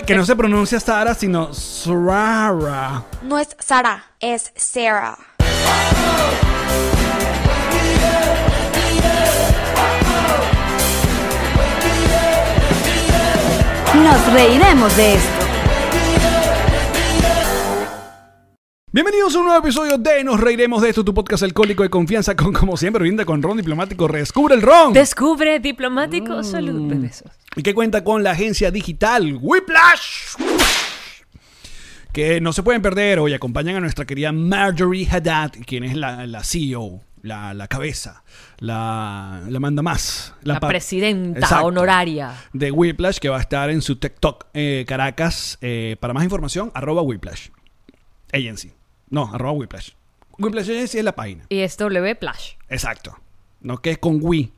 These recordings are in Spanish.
Que no se pronuncia Sara, sino Srara. No es Sara, es Sarah. Nos reiremos de esto. Bienvenidos a un nuevo episodio de Nos Reiremos de esto, tu podcast alcohólico de confianza con, como siempre, brinda con ron diplomático, redescubre el ron. Descubre diplomático Mm. salud, besos. y que cuenta con la agencia digital Whiplash. Que no se pueden perder hoy. Acompañan a nuestra querida Marjorie Haddad, quien es la, la CEO, la, la cabeza, la, la manda más. La pa- presidenta Exacto. honoraria. De Whiplash, que va a estar en su TikTok eh, Caracas. Eh, para más información, arroba Whiplash. Agency. No, arroba Whiplash. Whiplash Agency es la página. Y es W Plash. Exacto. No que es con Wii.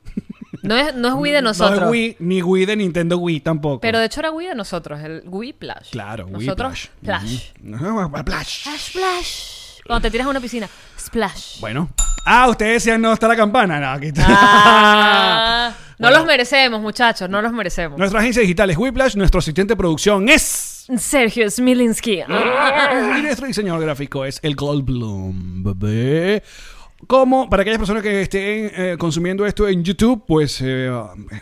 No es, no es Wii de nosotros. Mm, No es Wii, ni Wii de Nintendo Wii tampoco. Pero de hecho era Wii de nosotros, el Wii Plash. Claro, Wii nosotros, Plash. Ujú. No, Plash. Plash, Plash. Cuando te tiras a una piscina, Splash. Bueno. Ah, ustedes decían no está la campana. No, aquí está. Ah, no Bueno. los merecemos, muchachos, no los merecemos. Nuestra agencia digital es Whiplash. Nuestro asistente de producción es. Sergio Smilinski. Y nuestro diseñador gráfico es el Goldblum, bebé. Como para aquellas personas que estén eh, consumiendo esto en YouTube, pues eh,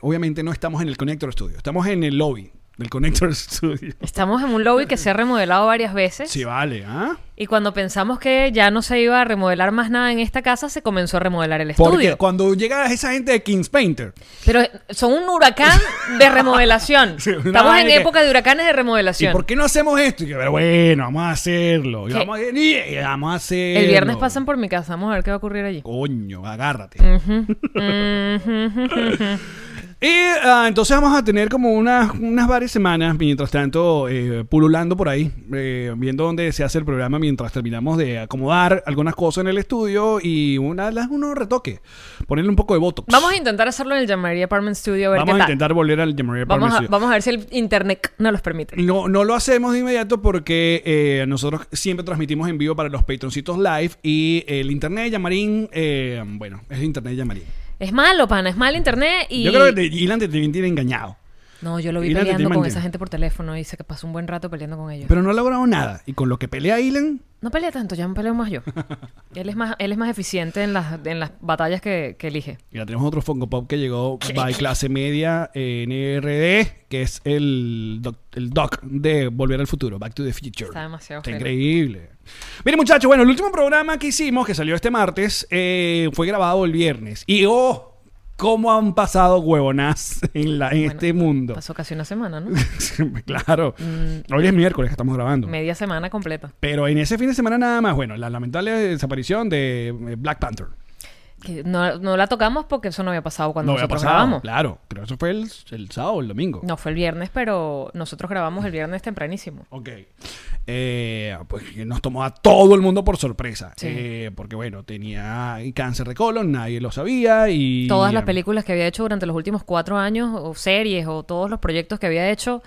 obviamente no estamos en el Connector Studio. Estamos en el lobby del Connector Studio. Estamos en un lobby que se ha remodelado varias veces. Sí, vale, ¿ah? Y cuando pensamos que ya no se iba a remodelar más nada en esta casa, se comenzó a remodelar el Porque estudio. cuando llega esa gente de Kings Painter, Pero eh, son un huracán de remodelación. Sí, una Estamos vaina en que- época de huracanes de ¿Y remodelación. por qué no hacemos esto? Y yo, pero bueno, vamos a hacerlo. Y ¿Qué? vamos, a, y- y vamos a hacerlo. El viernes pasan por mi casa, vamos a ver qué va a ocurrir allí. Coño, agárrate. Mm, Y ah, entonces vamos a tener como unas, unas varias semanas, mientras tanto, eh, pululando por ahí, eh, viendo dónde se hace el programa mientras terminamos de acomodar algunas cosas en el estudio y una de las unos retoques. Ponerle un poco de botox. Vamos a intentar hacerlo en el Jamari Apartment Studio a ver Vamos qué a tal. intentar volver al Jamboree vamos, Apartment a, Studio. vamos a ver si el internet nos los permite. No, no lo hacemos de inmediato porque eh, nosotros siempre transmitimos en vivo para los patroncitos live y el internet de Yamarín, eh, bueno, es el internet de Yamarín. Es malo, pana, es mal internet y... Yo creo que te- Ilan te, te tiene engañado, No, yo lo y vi la te peleando con mantiene. esa gente por teléfono y se que pasó un buen rato peleando con ellos. pero no ha logrado nada. Y con lo que pelea Ilan, No pelea tanto, ya me peleo más yo. él, es más, él es más eficiente en las, en las batallas que, que elige. ya tenemos otro Funko Pop que llegó by clase media eh, NRD, que es el doc, el doc de Volver al Futuro, Back to the Future. Está demasiado Está feo. increíble. Miren, muchachos, bueno, el último programa que hicimos, que salió este martes, eh, fue grabado el viernes. Y oh, cómo han pasado huevonas en, la, en Bueno, este mundo. Pasó Mm, casi una semana, ¿no? claro. Hoy es miércoles que estamos grabando. Media semana completa. Pero en ese fin de semana nada más, bueno, la lamentable desaparición de eh, Black Panther. Que no, no la tocamos porque eso no había pasado cuando no había nosotros pasado. grabamos. Claro, pero eso fue el, el sábado, el domingo. No fue el viernes, pero nosotros grabamos el viernes tempranísimo. Ok. Eh, pues que nos tomó a todo el mundo por sorpresa. Sí. Eh, porque bueno, tenía cáncer de colon, nadie lo sabía y... Todas las eh, películas que había hecho durante los últimos cuatro años, o series, o todos los proyectos que había hecho,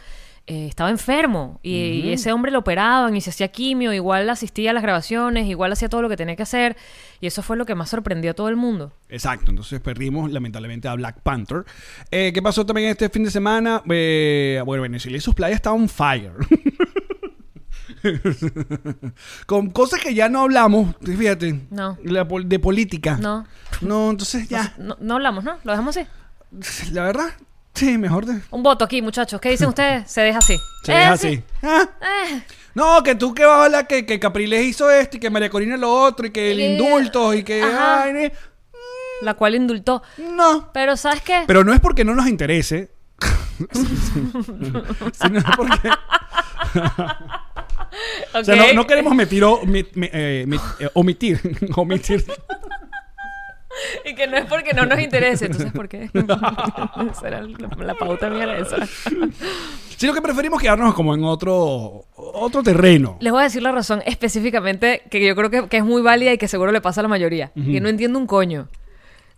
eh, estaba enfermo. Y, y ese hombre lo operaban y se hacía quimio, igual asistía a las grabaciones, igual hacía todo lo que tenía que hacer. Y eso fue lo que más sorprendió a todo el mundo. Exacto, entonces perdimos lamentablemente a Black Panther. Eh, ¿Qué pasó también este fin de semana? Eh, bueno, Venezuela y sus playas estaban on fire. Con cosas que ya no hablamos, fíjate. No. La pol- de política. No. No, entonces ya. No, no hablamos, ¿no? Lo dejamos así. La verdad, sí, mejor de... Un voto aquí, muchachos. ¿Qué dicen ustedes? Se deja así. Se Eh, deja sí. así. Ah. Eh. No, que tú que vas a hablar que, que Capriles hizo esto y que María Corina lo otro y que el que- indulto y que... Eh, Ajá. ay, ne- La cual indultó. no. Pero ¿sabes qué? Pero no es porque no nos interese. sino porque... O sea, no, no queremos metiro- mi- mi- eh, mi- eh, omitir. omitir. Y que no es porque no nos interese. Entonces, ¿por qué? Esa era la, la pauta mía era esa. Sino que preferimos quedarnos como en otro, otro terreno. Les voy a decir la razón específicamente que yo creo que, que es muy válida y que seguro le pasa a la mayoría. Que no entiendo un coño.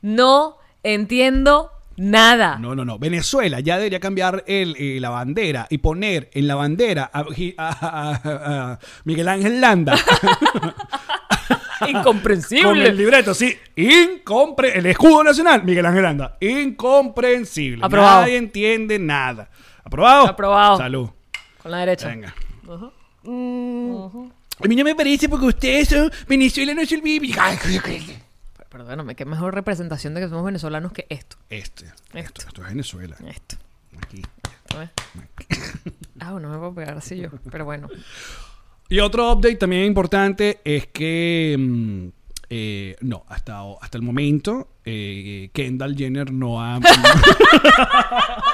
No entiendo nada. Ah. No, no, no. Venezuela ya debería cambiar el, eh, la bandera y poner en la bandera a, a- a- a Miguel Ángel Landa. Con el Incomprensible. libreto, sí. Incompre el escudo nacional, Miguel Ángel Landa. Incomprensible. Aprobado. Nadie entiende nada. ¿Aprobado? Aprobado. Salud. Con la derecha. Venga. Mm. A mí no me parece porque ustedes son venezolanos el bibi. Perdóname, qué mejor representación de que somos venezolanos que esto. Este. Esto, Esto. esto es Venezuela. Esto. Aquí. ¿sabes? Ah, bueno, me puedo pegar así yo. Pero bueno. Y otro update también importante es que. mm, eh, no, hasta, hasta el momento, eh, Kendall Jenner no ha.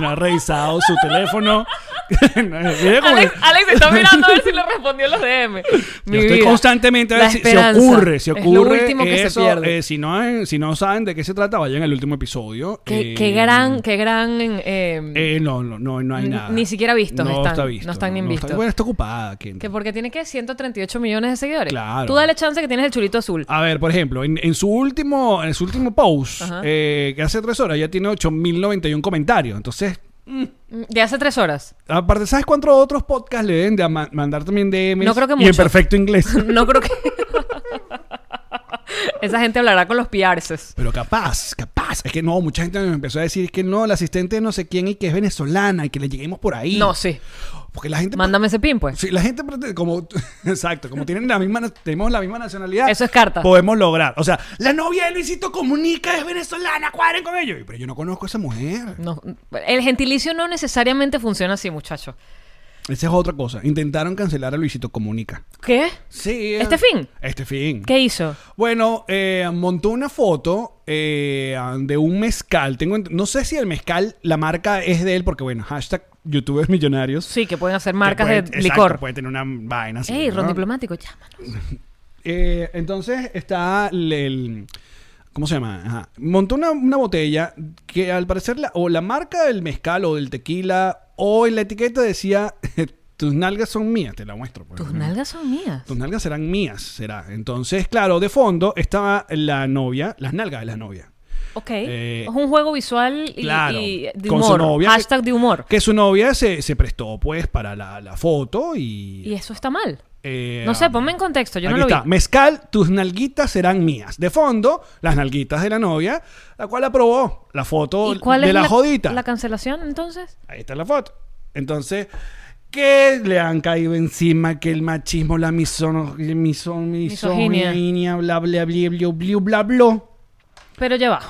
no ha revisado su teléfono. Mira cómo- Alex, Alex está mirando a ver si le respondió los DM. Mi Yo estoy vida. constantemente a La ver si, si esperanza ocurre, si es lo ocurre. último que se eso, pierde. eh, si, no, eh, si no saben de qué se trata, vayan al último episodio. Qué, Eh, qué gran, qué gran. eh, eh, no, no, no, no hay Ni- nada. ni siquiera vistos no están, Está visto, no están ni no vistos. bueno, está ocupada. Kendall. que porque tiene que 138 millones de seguidores. Claro. Ah. Tú dale chance que tienes el chulito azul. A ver, por ejemplo, en, en su último en su último post, Ajá. eh, que hace tres horas, ya tiene 8.091 comentarios. Entonces, Mm, De hace tres horas. aparte, ¿sabes cuántos otros podcasts le deben de a- ma- mandar también DMs? No creo que Y en mucho. perfecto inglés. No creo que. Esa gente hablará con los piarces. Pero capaz, capaz. Es que no, mucha gente me empezó a decir es que no, la asistente de no sé quién y que es venezolana y que le lleguemos por ahí. No, sí. Porque la gente... Mándame ese pin, pues. Sí, la gente pretende- como exacto, como tienen la misma na- tenemos la misma nacionalidad. Eso es carta. Podemos lograr. O sea, la novia de Luisito Comunica es venezolana, cuadren con ellos. Pero yo no conozco a esa mujer. No, el gentilicio no necesariamente funciona así, muchacho. Esa es otra cosa. Intentaron cancelar a Luisito Comunica. ¿Qué? Sí. ¿Este fin? Este fin. ¿Qué hizo? Bueno, eh, montó una foto eh, de un mezcal. Tengo, ent- no sé si el mezcal, la marca es de él, porque bueno, hashtag youtubers millonarios. Sí, que pueden hacer marcas Que pueden- de exacto, licor. Puede tener una vaina así. Ey, ¿no? ron diplomático, llámanos. Eh, entonces está el, el- ¿Cómo se llama? Ajá. Montó una, una botella que al parecer la, o la marca del mezcal o del tequila o en la etiqueta decía, tus nalgas son mías, te la muestro. pues. Tus nalgas son mías. Tus nalgas serán mías, será. Entonces, claro, de fondo estaba la novia, las nalgas de la novia. Ok. Eh, es un juego visual y, Claro. y de con humor. su novia. Hashtag de humor. Que su novia se, se prestó, pues, para la, la foto Y y... eso está mal. eh, No sé, ponme en contexto. Yo aquí no lo está. vi. Mezcal, tus nalguitas serán mías. De fondo, las nalguitas de la novia, la cual aprobó la foto ¿Y cuál de es la, la, jodita. la cancelación entonces? Ahí está la foto. Entonces, que le han caído encima que el machismo, la misono, mison, Misoginia. misoginia, bla, bla, bla, bla, bla, bla, bla. Pero ya va.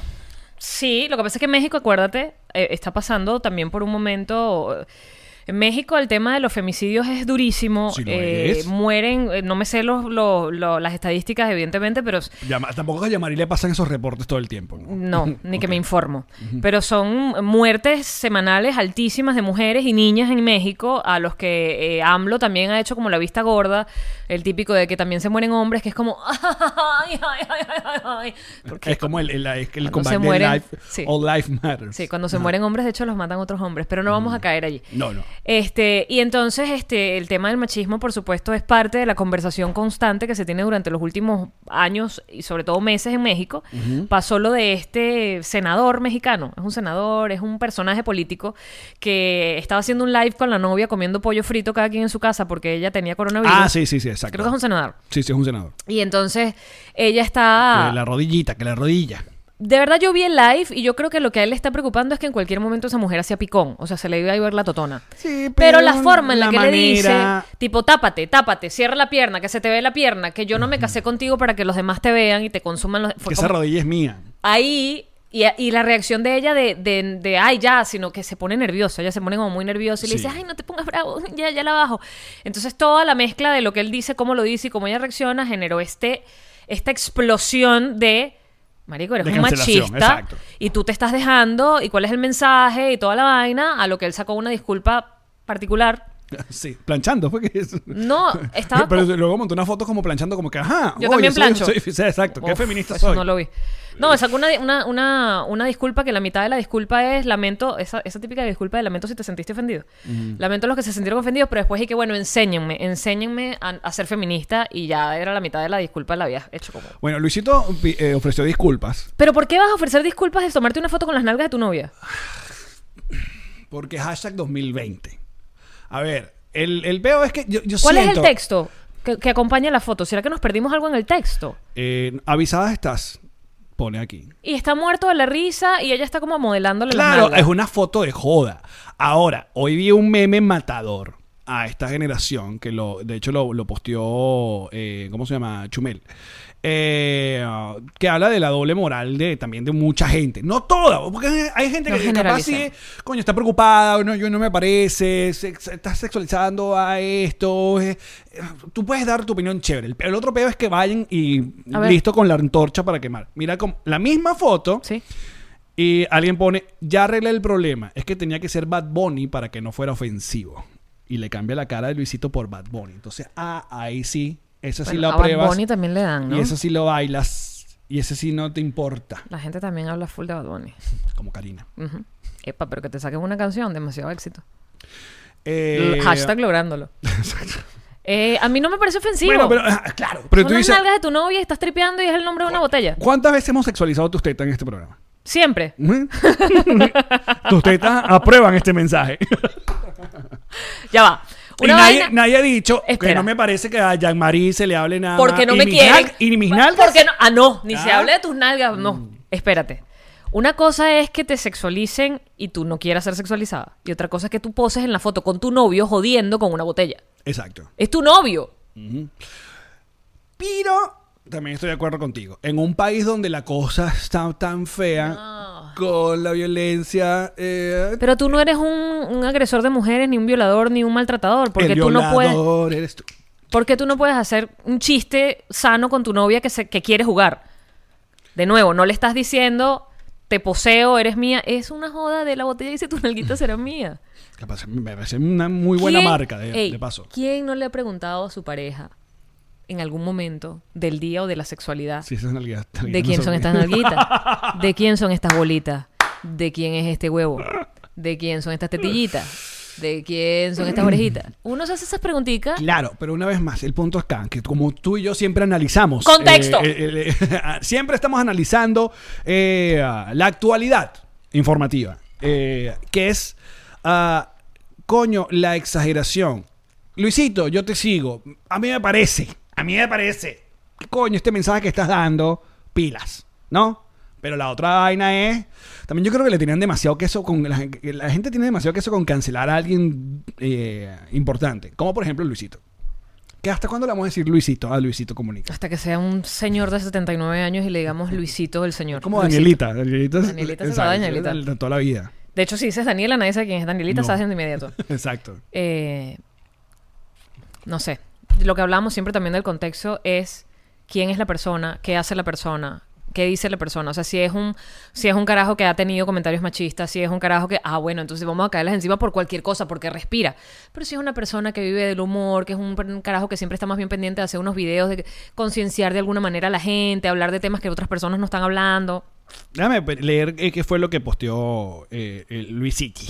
Sí, lo que pasa es que México, acuérdate, eh, está pasando también por un momento. eh, En México el tema de los femicidios es durísimo. Sí lo Eh, es. Mueren, eh, no me sé los, los- los- las estadísticas, evidentemente, pero s- Llama- tampoco a Yamari le pasan esos reportes todo el tiempo. ¿no? no, ni que Ok. me informo. Pero son muertes semanales altísimas de mujeres y niñas en México, a los que eh, AMLO también ha hecho como la vista gorda, el típico de que también se mueren hombres, que es como... Ay, ay, ay, ay, ay, ay. Porque- Es como el, el, el, el Cuando combate se de mueren, life, sí. all life matters. Sí, cuando se Ajá. mueren hombres, de hecho, los matan otros hombres, pero no vamos a caer allí. No, no. Este, y entonces, este, el tema del machismo, por supuesto, es parte de la conversación constante que se tiene durante los últimos años y sobre todo meses en México. Pasó lo de este senador mexicano. Es un senador, es un personaje político que estaba haciendo un live con la novia comiendo pollo frito cada quien en su casa porque ella tenía coronavirus. Ah, sí, sí, sí, exacto. Creo que es un senador. Sí, sí, es un senador. Y entonces ella está... Que la rodillita, que la rodilla. De verdad yo vi el live y yo creo que lo que a él le está preocupando es que en cualquier momento esa mujer hacía picón, o sea, se le iba a ir la totona. Sí, Pero la forma en la, que le manera- dice, tipo, tápate, tápate, cierra la pierna, que se te ve la pierna, que yo no me casé contigo para que los demás te vean y te consuman los... fue Que esa como- rodilla es mía. Ahí, y, y la reacción de ella de, de, de, ay, ya, sino que se pone nerviosa, ella se pone como muy nerviosa y le Sí. dice, ay, no te pongas bravo, ya, ya la bajo. Entonces toda la mezcla de lo que él dice, cómo lo dice y cómo ella reacciona generó este, esta explosión de... Marico, eres De un cancelación, machista exacto. y tú te estás dejando y cuál es el mensaje y toda la vaina, a lo que él sacó una disculpa particular Sí, planchando, fue que es- No, estaba. Pero luego montó unas fotos como planchando, como que, ajá. oye, Yo también soy- plancho. soy- sí, exacto, qué Uf, feminista eso soy. no lo vi. No, sacó una, una, una, una disculpa que la mitad de la disculpa es lamento, esa, esa típica disculpa de lamento si te sentiste ofendido. Lamento a los que se sintieron ofendidos, pero después dije que, bueno, enséñenme, enséñenme a, a ser feminista y ya era la mitad de la disculpa la había hecho como. Bueno, Luisito pi- eh, ofreció disculpas Pero ¿por qué vas a ofrecer disculpas de tomarte una foto con las nalgas de tu novia? porque hashtag 2020. A ver, el, el peo es que yo, yo ¿Cuál es siento- el texto que, que acompaña la foto? ¿Será que nos perdimos algo en el texto? Eh, avisadas estás, pone aquí. Y está muerto de la risa y ella está como modelándole las Claro, nalgas. es una foto de joda. Ahora, hoy vi un meme matador a esta generación que lo, de hecho lo, lo posteó, eh, ¿cómo se llama? Chumel. Eh, que habla de la doble moral de también de mucha gente. No toda, porque hay gente No que capaz generalicemos. sí, coño, está preocupada, no, yo no me parece, se, se- está sexualizando a esto. eh, eh, tú puedes dar tu opinión chévere. El, el otro peo es que vayan y A ver. listo con la antorcha para quemar. Mira, con la misma foto. Sí. Y alguien pone, ya arreglé el problema. Es que tenía que ser Bad Bunny para que no fuera ofensivo. Y le cambia la cara de Luisito por Bad Bunny. Entonces, ah, ahí sí. Esa sí Bueno, la a Bad pruebas. Bunny también le dan, ¿no? Y eso sí lo bailas. Y ese sí no te importa. La gente también habla full de Bad Bunny. Como Karina. Ujú. Epa, pero que te saquen una canción, demasiado éxito. Eh, L- Hashtag lográndolo. Eh, a mí no me parece ofensivo. Bueno, pero ah, claro. Pero tú Unas dices, nalgas de tu novia y estás tripeando y es el nombre de una botella. ¿cuántas veces hemos sexualizado tus tetas en este programa? Siempre. ¿Mm? tus tetas aprueban este mensaje. Ya va. Una y nadie, vaina- nadie ha dicho que Espera. no me parece que a Jean-Marie se le hable nada. porque no Y me mis quieren. nal- Y mis Por- nalgas. Porque no, ah, no, ni se Ah. Mm. habla de tus nalgas. No, espérate. Una cosa es que te sexualicen y tú no quieras ser sexualizada. Y otra cosa es que tú poses en la foto con tu novio jodiendo con una botella. Exacto. Es tu novio. Pero también estoy de acuerdo contigo. En un país donde la cosa está tan fea, con la violencia, eh, Pero tú no eres un, un agresor de mujeres, ni un violador, ni un maltratador. Porque el tú no puedes. violador eres tú. Porque tú no puedes hacer un chiste sano con tu novia que, se, que quiere jugar. De nuevo, no le estás diciendo, te poseo, eres mía. Es una joda de la botella y dice, tu nalguita será mía. Capaz, me parece una muy buena ¿Quién- marca, de, Ey, de paso. ¿Quién no le ha preguntado a su pareja en algún momento del día o de la sexualidad Sí, esas nalgas- nalgas de no quién son bien. estas nalguitas? ¿De quién son estas bolitas? ¿De quién es este huevo? ¿De quién son estas tetillitas? ¿De quién son estas orejitas? Uno se hace esas preguntitas. Claro, pero una vez más, el punto acá, que como tú y yo siempre analizamos. Contexto. eh, eh, eh, siempre estamos analizando eh, ah, la actualidad informativa, eh, que es, ah, coño, la exageración. Luisito, yo te sigo. A mí me parece, a mí me parece. Coño, este mensaje que estás dando, pilas, ¿no? Pero la otra vaina es. También yo creo que le tenían demasiado queso con. La, gen- la gente tiene demasiado queso con cancelar a alguien eh, importante. Como por ejemplo Luisito. ¿Que hasta cuándo le vamos a decir Luisito a Luisito Comunica? Hasta que sea un señor de 79 años y le digamos Luisito el señor. Como Danielita. Luisito. Danielita, es- Danielita se exacto, va, Danielita. de toda la vida. De hecho, si dices Daniela, nadie sabe quién es Danielita, No. se hacen de inmediato. Exacto. Eh, no sé. Lo que hablamos siempre también del contexto es quién es la persona, qué hace la persona, qué dice la persona. O sea, si es un, si es un carajo que ha tenido comentarios machistas, si es un carajo que, ah, bueno, entonces vamos a caerles encima por cualquier cosa, porque respira. Pero si es una persona que vive del humor, que es un, un carajo que siempre está más bien pendiente de hacer unos videos, de que- concienciar de alguna manera a la gente, hablar de temas que otras personas no están hablando. Déjame pe- leer eh, qué fue lo que posteó eh, el Luisito.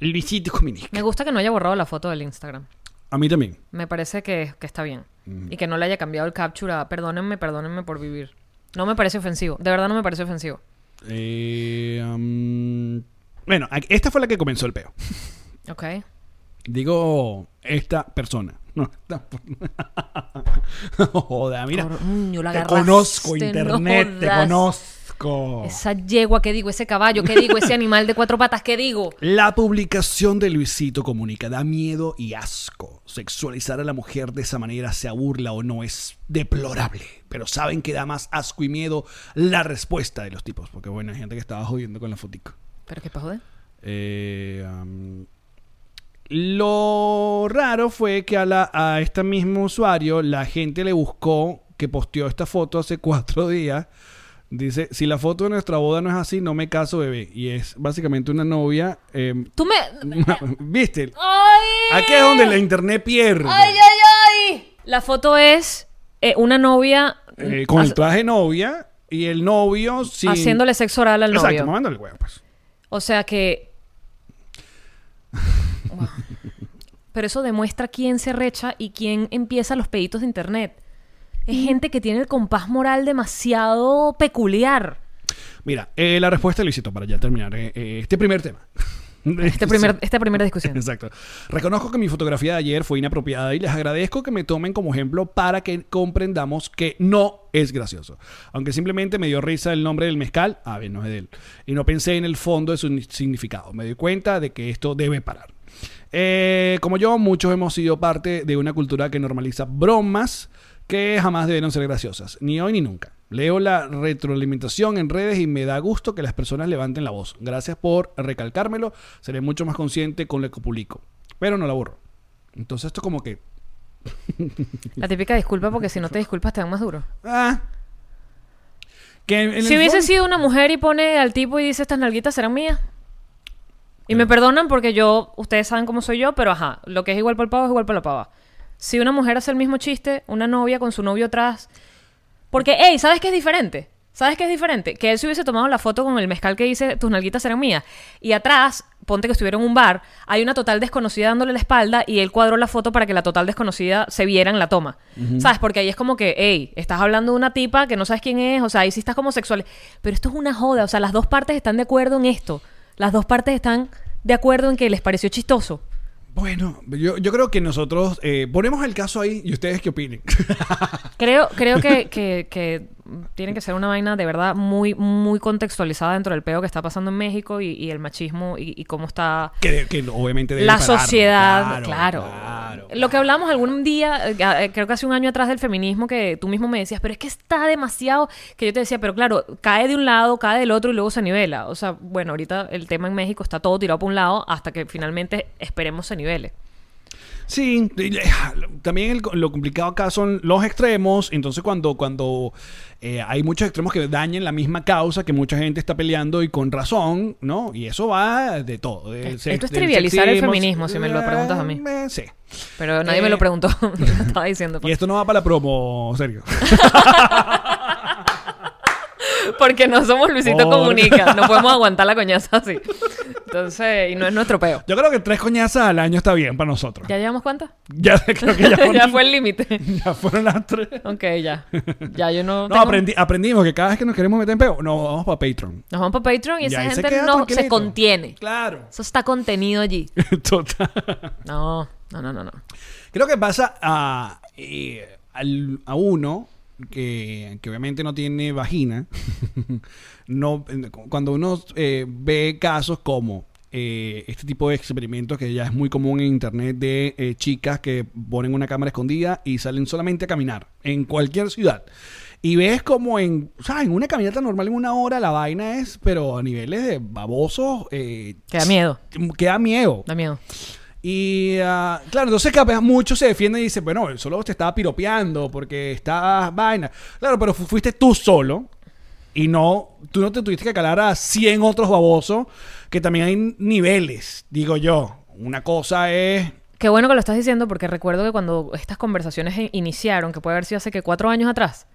Luisito Comunica. Me gusta que no haya borrado la foto del Instagram. A mí también. Me parece que, que está bien. Mm. Y que no le haya cambiado el capture a perdónenme, perdónenme por vivir. No me parece ofensivo. De verdad no me parece ofensivo. Eh, um, bueno, a- esta fue la que comenzó el peo. Ok. Digo, esta persona. No, esta por- Joda, mira. Cor- mm, yo la te agarraste, conozco, internet, no te jodas. conozco. Esa yegua que digo, ese caballo que digo, ese animal de cuatro patas que digo. La publicación de Luisito Comunica da miedo y asco. Sexualizar a la mujer de esa manera, sea burla o no, es deplorable. Pero saben que da más asco y miedo la respuesta de los tipos. Porque bueno, hay gente que estaba jodiendo con la fotico. Pero qué pa' joder. Eh, am, lo raro fue que a, la, a este mismo usuario la gente le buscó que posteó esta foto hace cuatro días. Dice, si la foto de nuestra boda no es así, no me caso, bebé. Y es básicamente una novia... eh, Tú me... ¿Viste? ¡Ay! Aquí es donde la internet pierde. ¡Ay, ay, ay! La foto es eh, una novia Eh, con el hac- traje novia y el novio sin... haciéndole sexo oral al Exacto, novio. mamándole el huevo, pues. O sea que... Wow. Pero eso demuestra quién se recha y quién empieza los peditos de internet. Es gente que tiene el compás moral demasiado peculiar. Mira, eh, la respuesta, Luisito, para ya terminar eh, eh, este primer tema. Este primer, esta primera discusión. Exacto. Reconozco que mi fotografía de ayer fue inapropiada y les agradezco que me tomen como ejemplo para que comprendamos que no es gracioso. Aunque simplemente me dio risa el nombre del mezcal, a ver, no es de él. Y no pensé en el fondo de su ni- significado. Me doy cuenta de que esto debe parar. Eh, como yo, muchos hemos sido parte de una cultura que normaliza bromas que jamás debieron ser graciosas, ni hoy ni nunca. Leo la retroalimentación en redes y me da gusto que las personas levanten la voz. Gracias por recalcármelo, seré mucho más consciente con lo que publico, pero no la borro. Entonces esto como que... La típica disculpa porque si no te disculpas te dan más duro. Ah. Que en- en el Si hubiese fondo- sido una mujer y pone al tipo y dice estas nalguitas serán mías. Y me perdonan porque yo, ustedes saben cómo soy yo, pero ajá, lo que es igual para el pavo es igual para la pava. Si una mujer hace el mismo chiste, una novia con su novio atrás. Porque, hey, ¿sabes qué es diferente? ¿Sabes qué es diferente? Que él se hubiese tomado la foto con el mezcal que dice tus nalguitas serán mías. Y atrás, ponte que estuviera en un bar, hay una total desconocida dándole la espalda y él cuadró la foto para que la total desconocida se viera en la toma. ¿Sabes? Porque ahí es como que, hey, estás hablando de una tipa que no sabes quién es, o sea, ahí sí estás como sexual. Pero esto es una joda, o sea, las dos partes están de acuerdo en esto. Las dos partes están de acuerdo en que les pareció chistoso. Bueno, yo, yo creo que nosotros eh, ponemos el caso ahí y ustedes qué opinen. Creo, creo que, que, que tiene que ser una vaina de verdad muy, muy contextualizada dentro del peo que está pasando en México y, y el machismo y, y cómo está que, que obviamente debe la parar. sociedad. Claro, claro. Lo que hablamos algún día, eh, eh, creo que hace un año atrás del feminismo, que tú mismo me decías, pero es que está demasiado. Que yo te decía, pero claro, cae de un lado, cae del otro y luego se nivela. O sea, bueno, ahorita el tema en México está todo tirado para un lado hasta que finalmente esperemos se nivele. Sí, y- eh, también el- lo complicado acá son los extremos, entonces cuando, cuando eh, hay muchos extremos que dañen la misma causa que mucha gente está peleando y con razón, ¿no? Y eso va de todo. del Esto es del trivializar el feminismo, si me lo preguntas a mí. Eh, sí. Pero nadie me lo preguntó, lo estaba diciendo. Eh, Y esto no va para la promo, Sergio. Porque no somos Luisito Por- Comunica. No podemos aguantar la coñaza así. Entonces, y no es nuestro peo. Yo creo que tres coñazas al año está bien para nosotros. ¿Ya llevamos cuántas? Ya, creo que ya fueron, ya fue el límite. ya fueron las tres. Ok, ya. Ya yo no. No, tengo- aprendi- aprendimos que cada vez que nos queremos meter en peo, nos vamos para Patreon. Nos vamos para Patreon Ya, y esa ahí se gente queda no se tranquilito. contiene. Claro. Eso está contenido allí. Total. No, no, no, no. no. Creo que pasa a, eh, al- a uno que, que obviamente no tiene vagina. no, cuando uno eh, ve casos como eh, este tipo de experimentos que ya es muy común en internet de eh, chicas que ponen una cámara escondida y salen solamente a caminar en cualquier ciudad. Y ves como en, o sea, en una caminata normal en una hora la vaina es, pero a niveles de babosos... eh, Que da miedo. Que da miedo. Da miedo. Y ah, claro, entonces capaz muchos se defienden y dicen, bueno, solo te estaba piropeando porque estabas vaina. Claro, pero fu- fuiste tú solo y no, tú no te tuviste que calar a 100 otros babosos que también hay niveles, digo yo. Una cosa es... Qué bueno que lo estás diciendo porque recuerdo que cuando estas conversaciones in- iniciaron, que puede haber sido hace que cuatro años atrás,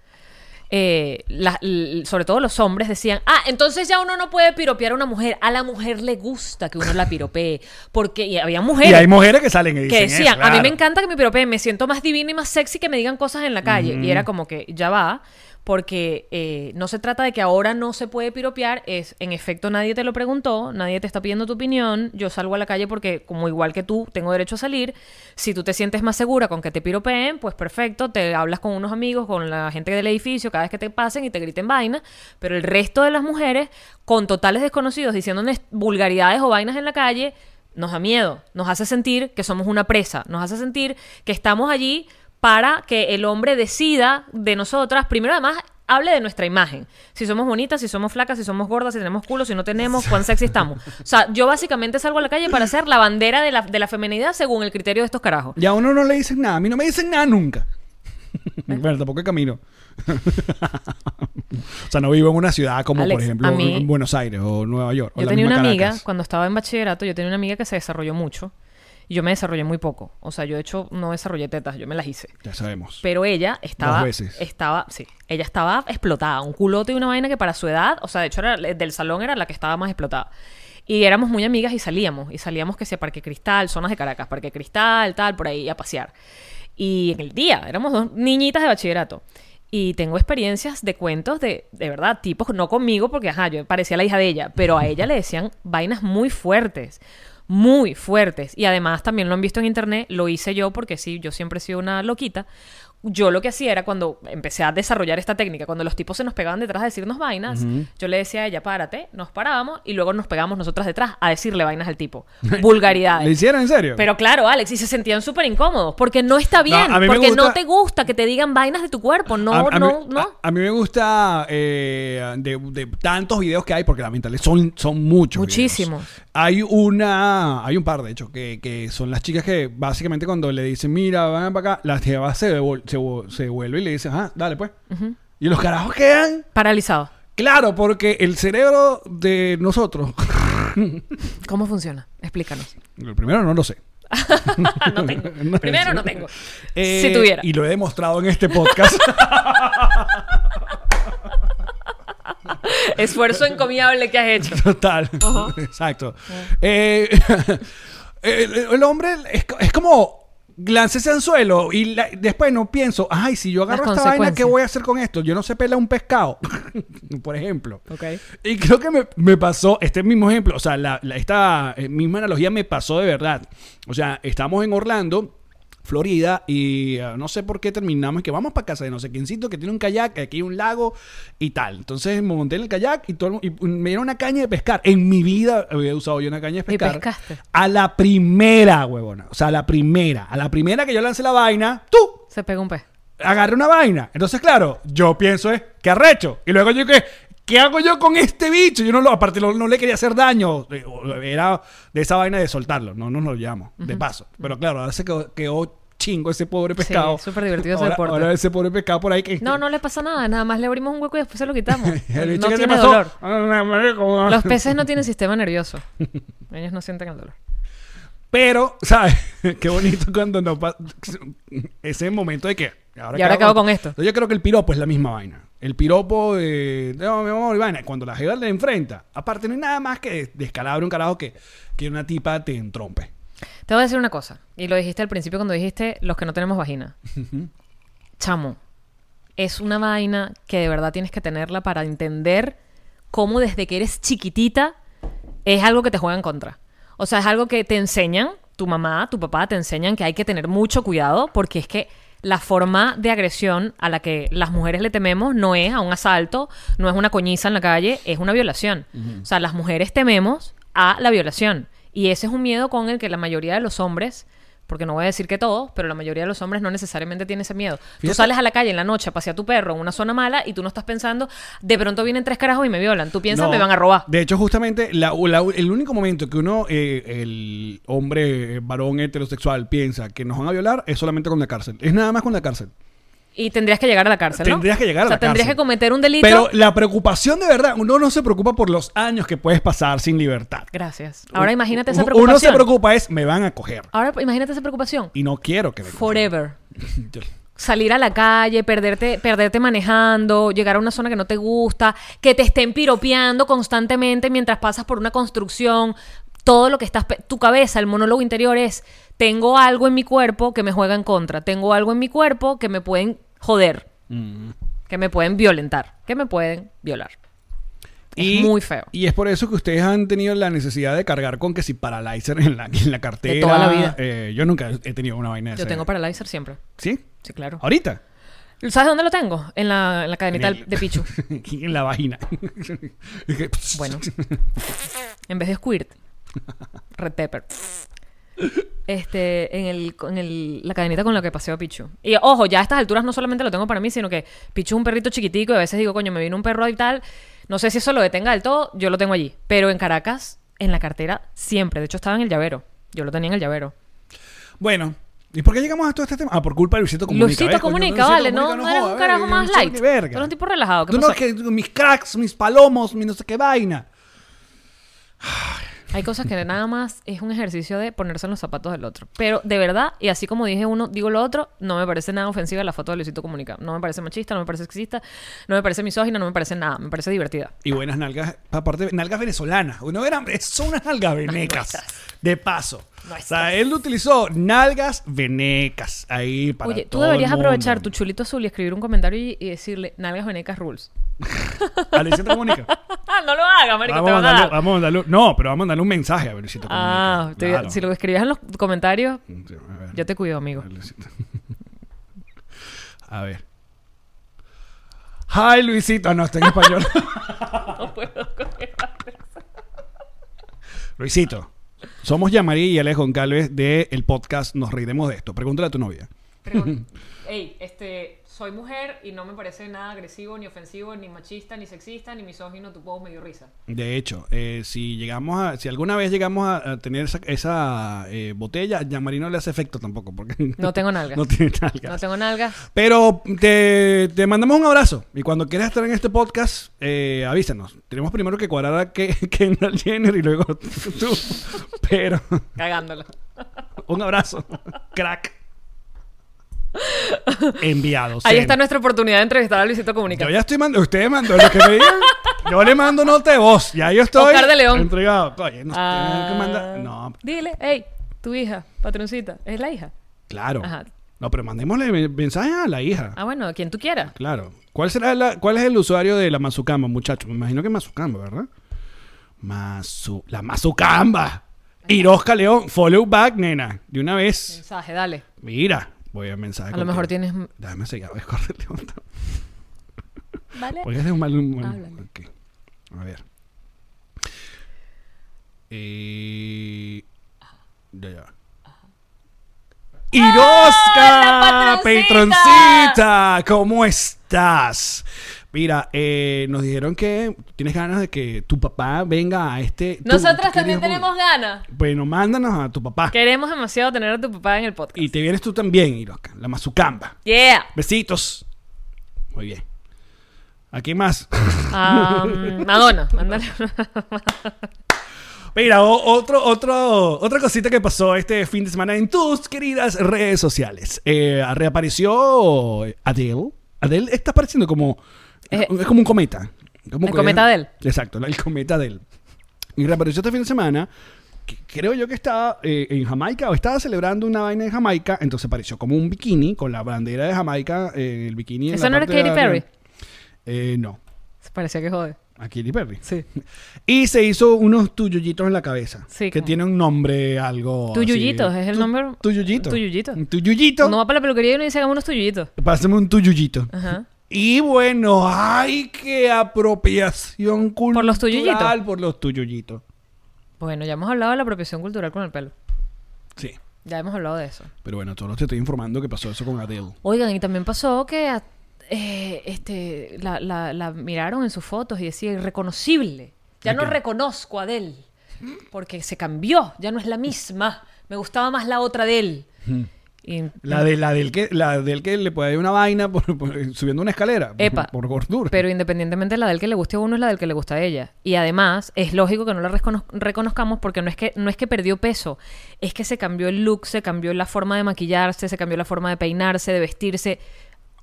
eh, la- l- sobre todo los hombres decían, ah, entonces ya uno no puede piropear a una mujer, a la mujer le gusta que uno la piropee, porque y había mujeres y hay mujeres que salen y dicen que decían, eso, a mí me claro. encanta que me piropeen, me siento más divina y más sexy que me digan cosas en la calle. Y era como que, ya va, porque eh, no se trata de que ahora no se puede piropear, es, en efecto nadie te lo preguntó, nadie te está pidiendo tu opinión, yo salgo a la calle porque como igual que tú tengo derecho a salir, si tú te sientes más segura con que te piropeen, pues perfecto, te hablas con unos amigos, con la gente del edificio, cada vez que te pasen y te griten vaina, pero el resto de las mujeres, con totales desconocidos, diciéndoles vulgaridades o vainas en la calle, nos da miedo, nos hace sentir que somos una presa, nos hace sentir que estamos allí para que el hombre decida de nosotras, primero además hable de nuestra imagen, si somos bonitas, si somos flacas, si somos gordas, si tenemos culo, si no tenemos, cuán sexy estamos. O sea, yo básicamente salgo a la calle para ser la bandera de la, de la feminidad según el criterio de estos carajos. Y a uno no le dicen nada, a mí no me dicen nada nunca. bueno, tampoco hay camino. o sea, no vivo en una ciudad como, Alex, por ejemplo, a mí- en Buenos Aires o Nueva York. o Yo la tenía una misma amiga, Caracas. cuando estaba en bachillerato, yo tenía una amiga que se desarrolló mucho. Y yo me desarrollé muy poco. O sea, yo de hecho no desarrollé tetas, yo me las hice. Ya sabemos. Pero ella estaba. Dos veces. Estaba, sí. Ella estaba explotada. Un culote y una vaina que para su edad, o sea, de hecho, era, eh, del salón era la que estaba más explotada. Y éramos muy amigas y salíamos. Y salíamos que sea Parque Cristal, zonas de Caracas, Parque Cristal, tal, por ahí a pasear. Y en el día, éramos dos niñitas de bachillerato. Y tengo experiencias de cuentos de, de verdad, tipos, no conmigo, porque ajá, yo parecía la hija de ella, pero a ella le decían vainas muy fuertes muy fuertes. Y además también lo han visto en internet, lo hice yo porque sí, yo siempre he sido una loquita. Yo lo que hacía era cuando empecé a desarrollar esta técnica, cuando los tipos se nos pegaban detrás a decirnos vainas, yo le decía a ella, párate, nos parábamos y luego nos pegábamos nosotras detrás a decirle vainas al tipo. Vulgaridades. ¿Le hicieron en serio? Pero claro, Alex, y se sentían súper incómodos porque no está bien, a mí me porque no gusta- te gusta que te digan vainas de tu cuerpo, no, a, a no, mí, no. a- a mí me gusta eh, de, de tantos videos que hay, porque lamentablemente son, son muchos. videos. Muchísimos. Hay una, hay un par de hecho, que, que son las chicas que básicamente cuando le dicen, mira, van para acá, la jeva se, devol- se, vo- se vuelve y le dice, ajá, dale pues. Y los carajos quedan, Paralizado. claro, porque el cerebro de nosotros, ¿Cómo funciona? Explícanos. el primero no lo sé. no tengo. Primero no tengo. Eh, si tuviera. Y lo he demostrado en este podcast. Esfuerzo encomiable que has hecho. Total. Exacto. Eh, el, el hombre es, co- es como lancé ese anzuelo y la- después no pienso, ay, si yo agarro Las esta vaina, ¿qué consecuencias. voy a hacer con esto? Yo no sé pela un pescado, por ejemplo. Y creo que me, me pasó este mismo ejemplo, o sea, la- la- esta eh, misma analogía me pasó de verdad. O sea, estamos en Orlando. Florida y ah, no sé por qué terminamos que vamos para casa de no sé quiéncito que tiene un kayak, aquí hay un lago y tal. Entonces me monté en el kayak y, todo, el mu- y me dieron una caña de pescar. En mi vida había usado yo una caña de pescar. pescaste? A la primera, huevona. O sea, a la primera. A la primera que yo lancé la vaina, tú Se pegó un pez. agarré una vaina. Entonces, claro, yo pienso es, ¿qué arrecho? Y luego yo que, ¿qué hago yo con este bicho? Yo no lo, aparte no, no le quería hacer daño. Eh, o- Era de esa vaina de soltarlo. No nos lo llamo, de paso. Pero claro, ahora se quedó, quedó chingo ese pobre pescado. es súper divertido ese Ahora- deporte. Ahora ese pobre pescado por ahí que... No, no le pasa nada, nada más le abrimos un hueco y después se lo quitamos. El bicho no que tiene pasó. Ah, dolor. Los Los peces no tienen sistema nervioso. Ellos no sienten el dolor. Pero, ¿sabes? Qué bonito cuando no pasa ese momento de que. Y ahora qué acabo con esto. Yo creo que el piropo es la misma vaina. El piropo de. No, mi amor, y vaina. Cuando la jeva le enfrenta. Aparte, no hay nada más que des- descalabre un carajo que, que una tipa te entrompe. Te voy a decir una cosa, y lo dijiste al principio cuando dijiste los que no tenemos vagina. Chamo, es una vaina que de verdad tienes que tenerla para entender cómo desde que eres chiquitita es algo que te juegan contra. O sea, es algo que te enseñan, tu mamá, tu papá te enseñan que hay que tener mucho cuidado porque es que la forma de agresión a la que las mujeres le tememos no es a un asalto, no es una coñiza en la calle, es una violación. O sea, las mujeres tememos a la violación. Y ese es un miedo con el que la mayoría de los hombres, porque no voy a decir que todos, pero la mayoría de los hombres no necesariamente tiene ese miedo. Tú Fíjate- sales a la calle en la noche a pasear a tu perro en una zona mala y tú no estás pensando, de pronto vienen tres carajos y me violan. Tú piensas, No. me van a robar. De hecho, justamente, la- la- el único momento que uno, eh, el hombre, eh, varón heterosexual, piensa que nos van a violar es solamente con la cárcel. Es nada más con la cárcel. Y tendrías que llegar a la cárcel, ¿no? Tendrías que llegar O a sea, la cárcel. tendrías que cometer un delito. Pero la preocupación de verdad, uno no se preocupa por los años que puedes pasar sin libertad. Gracias. Ahora imagínate esa Uno- preocupación. Uno se preocupa es, me van a coger. Ahora imagínate esa preocupación. Y no quiero que me cojan. Forever. Salir a la calle, perderte, perderte manejando, llegar a una zona que no te gusta, que te estén piropeando constantemente mientras pasas por una construcción. Todo lo que estás. pe- Tu cabeza, el monólogo interior es: tengo algo en mi cuerpo que me juega en contra. Tengo algo en mi cuerpo que me pueden joder. Mm. Que me pueden violentar. Que me pueden violar. es muy feo. Y es por eso que ustedes han tenido la necesidad de cargar con que si Paralyzer en la, en la cartera. toda la vida. Eh, yo nunca he tenido una vaina de Yo esa. tengo paralizer siempre. ¿Sí? Sí, claro. ¿Ahorita? ¿Sabes dónde lo tengo? En la, en la cadenita Ah. En el- de Pichu. en la vagina. Bueno. En vez de squirt. Red pepper. Este, en, el, en el- la cadenita con la que paseo a Pichu. Y ojo, ya a estas alturas no solamente lo tengo para mí, sino que Pichu es un perrito chiquitico y a veces digo, coño, me vino un perro y tal. No sé si eso lo detenga del todo, yo lo tengo allí. Pero en Caracas, en la cartera, siempre. De hecho, estaba en el llavero. Yo lo tenía en el llavero. Bueno, ¿Y por qué llegamos a todo este tema? Ah, por culpa de Luisito Comunica. Luisito ¿ves? Coño, Comunica, Luisito vale, no- no eres joda, un carajo vale, más Luisito, light. ni verga. Tú eres un tipo relajado, ¿qué Tú pasó? no, que mis cracks, mis palomos, mi no sé qué vaina. Hay cosas que nada más es un ejercicio de ponerse en los zapatos del otro. Pero de verdad, y así como dije uno, digo lo otro, no me parece nada ofensiva la foto de Luisito Comunica. No me parece machista, no me parece sexista, no me parece misógina, no me parece nada. Me parece divertida. Y buenas nalgas, aparte, nalgas venezolanas. Uno era, son unas nalgas venecas. de paso. O sea, él utilizó nalgas venecas ahí para Oye, tú todo el deberías mundo. aprovechar tu chulito azul y escribir un comentario y, y decirle, nalgas venecas rules. A Luisito Comunica. Ah, no lo hagas, vamos, marico, te a van a mandarle, dar. vamos a mandarle- No, pero vamos a mandarle un mensaje a Luisito Comunica. Ah, te- Claro. si lo escribías en los comentarios, Sí, a ver. yo te cuido, amigo. Luisito. A ver. Hi, Luisito. Ah, no, está en español. Luisito, somos Yamari y Alex Goncalves de el podcast Nos Reiremos de Esto. Pregúntale a tu novia. Pregun- Ey, este, soy mujer y no me parece nada agresivo, ni ofensivo, ni machista, ni sexista, ni misógino, tu puedo medio risa. De hecho, eh, si llegamos a, si alguna vez llegamos a, a tener esa, esa, eh, botella, a Yamari no le hace efecto tampoco, porque No tengo nalgas. no tiene nalgas. No tengo nalgas. Pero te, te mandamos un abrazo. Y cuando quieras estar en este podcast, eh, avísanos. Tenemos primero que cuadrar a Ke- Kendall Jenner y luego tú. Pero Cagándolo. un abrazo. Crack. Enviado. Ahí send. está nuestra oportunidad de entrevistar a Luisito Comunica. Yo ya estoy mandando. Ustedes mandó lo que me digan. Yo le mando nota de voz. Ya yo estoy. Oscar de León. Entregado. Oye, no, Ah. tienen que mandar- no, Dile, hey, tu hija, patroncita, es la hija. claro. Ajá. No, pero mandémosle men- mensaje a la hija. Ah, bueno, quien tú quieras. Claro. ¿Cuál será la, cuál es el usuario de la Mazucamba, muchacho? Me imagino que Mazucamba, ¿verdad? Mazu, la Mazucamba. Irosca León, follow back, nena. De una vez. Mensaje, dale. Mira, voy a mensaje. A lo mejor contigo. tienes. Déjame seguir, a ver, corre León. Vale. Ah, Porque es de un mal humor. Háblale. Ok. A ver. Eh, ya, ya. Iroska, ¡Ah, la patroncita, ¿cómo estás? Mira, eh, nos dijeron que tienes ganas de que tu papá venga a este. tú, Nosotras querido también público. tenemos ganas. Bueno, mándanos a tu papá. Queremos demasiado tener a tu papá en el podcast. Y te vienes tú también, Iroska, la mazucamba. Yeah. Besitos. Muy bien. ¿A quién más? Ah, mm, Madonna, mándale. Mira, o- otro, otro, otra cosita que pasó este fin de semana en tus queridas redes sociales. Eh, reapareció eh, Adele. Adele está apareciendo como... Eh, es como un cometa. Como el que- cometa Adele. Exacto, el cometa Adele. Y reapareció este fin de semana. que Creo yo que estaba eh, en Jamaica o estaba celebrando una vaina en Jamaica. Entonces apareció como un bikini con la bandera de Jamaica. eh, el bikini en ¿Eso la no era parte de Katy arriba. Perry? Eh, no, Se parecía que jode. a Katy Perry. Sí. Y se hizo unos tuyullitos en la cabeza. Sí, Que como- tiene un nombre, algo. así. Tuyullitos, ¿es el Tu- nombre? Tuyullito. Tuyullito. Un tuyullito. Uno va para la peluquería y uno dice, hagamos unos tuyullitos. Pásame un tuyullito. Ajá. Y bueno, ¡ay, qué apropiación cultural! ¿Por los tuyullitos? Por los tuyullitos. Bueno, ya hemos hablado de la apropiación cultural con el pelo. Sí. Ya hemos hablado de eso. Pero bueno, solo te estoy informando que pasó eso con Adele. Oigan, y también pasó que a- eh, este, la, la- la miraron en sus fotos y decía irreconocible. Ya no Ok. reconozco a Adele. Porque se cambió, ya no es la misma. Me gustaba más la otra de él. La, de, la, del, que, la del que le puede dar una vaina por, por- subiendo una escalera. por- Epa. Por, gordura. Pero independientemente la del que le guste a uno es la del que le gusta a ella. Y además, es lógico que no la recono- reconozcamos porque no es que no es que perdió peso, es que se cambió el look, se cambió la forma de maquillarse, se cambió la forma de peinarse, de vestirse.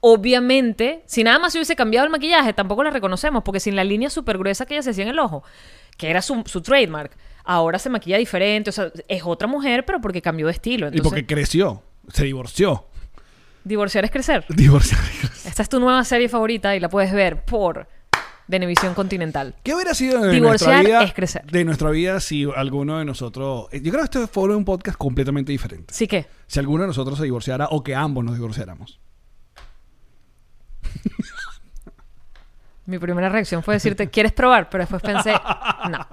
Obviamente, si nada más se hubiese cambiado el maquillaje, tampoco la reconocemos, porque sin la línea súper gruesa que ella se hacía en el ojo, que era su, su trademark, ahora se maquilla diferente, o sea, es otra mujer, pero porque cambió de estilo. y Entonces, porque creció. Se divorció. divorciar es crecer. Divorciar. Esta es tu nueva serie favorita y la puedes ver por Venevisión Continental. ¿Qué hubiera sido de nuestra Divorciar vida? es crecer. De nuestra vida si alguno de nosotros. Yo creo que este fue un podcast completamente diferente. Sí que. Si alguno de nosotros se divorciara o que ambos nos divorciáramos. Mi primera reacción fue decirte, ¿quieres probar? Pero después pensé, no.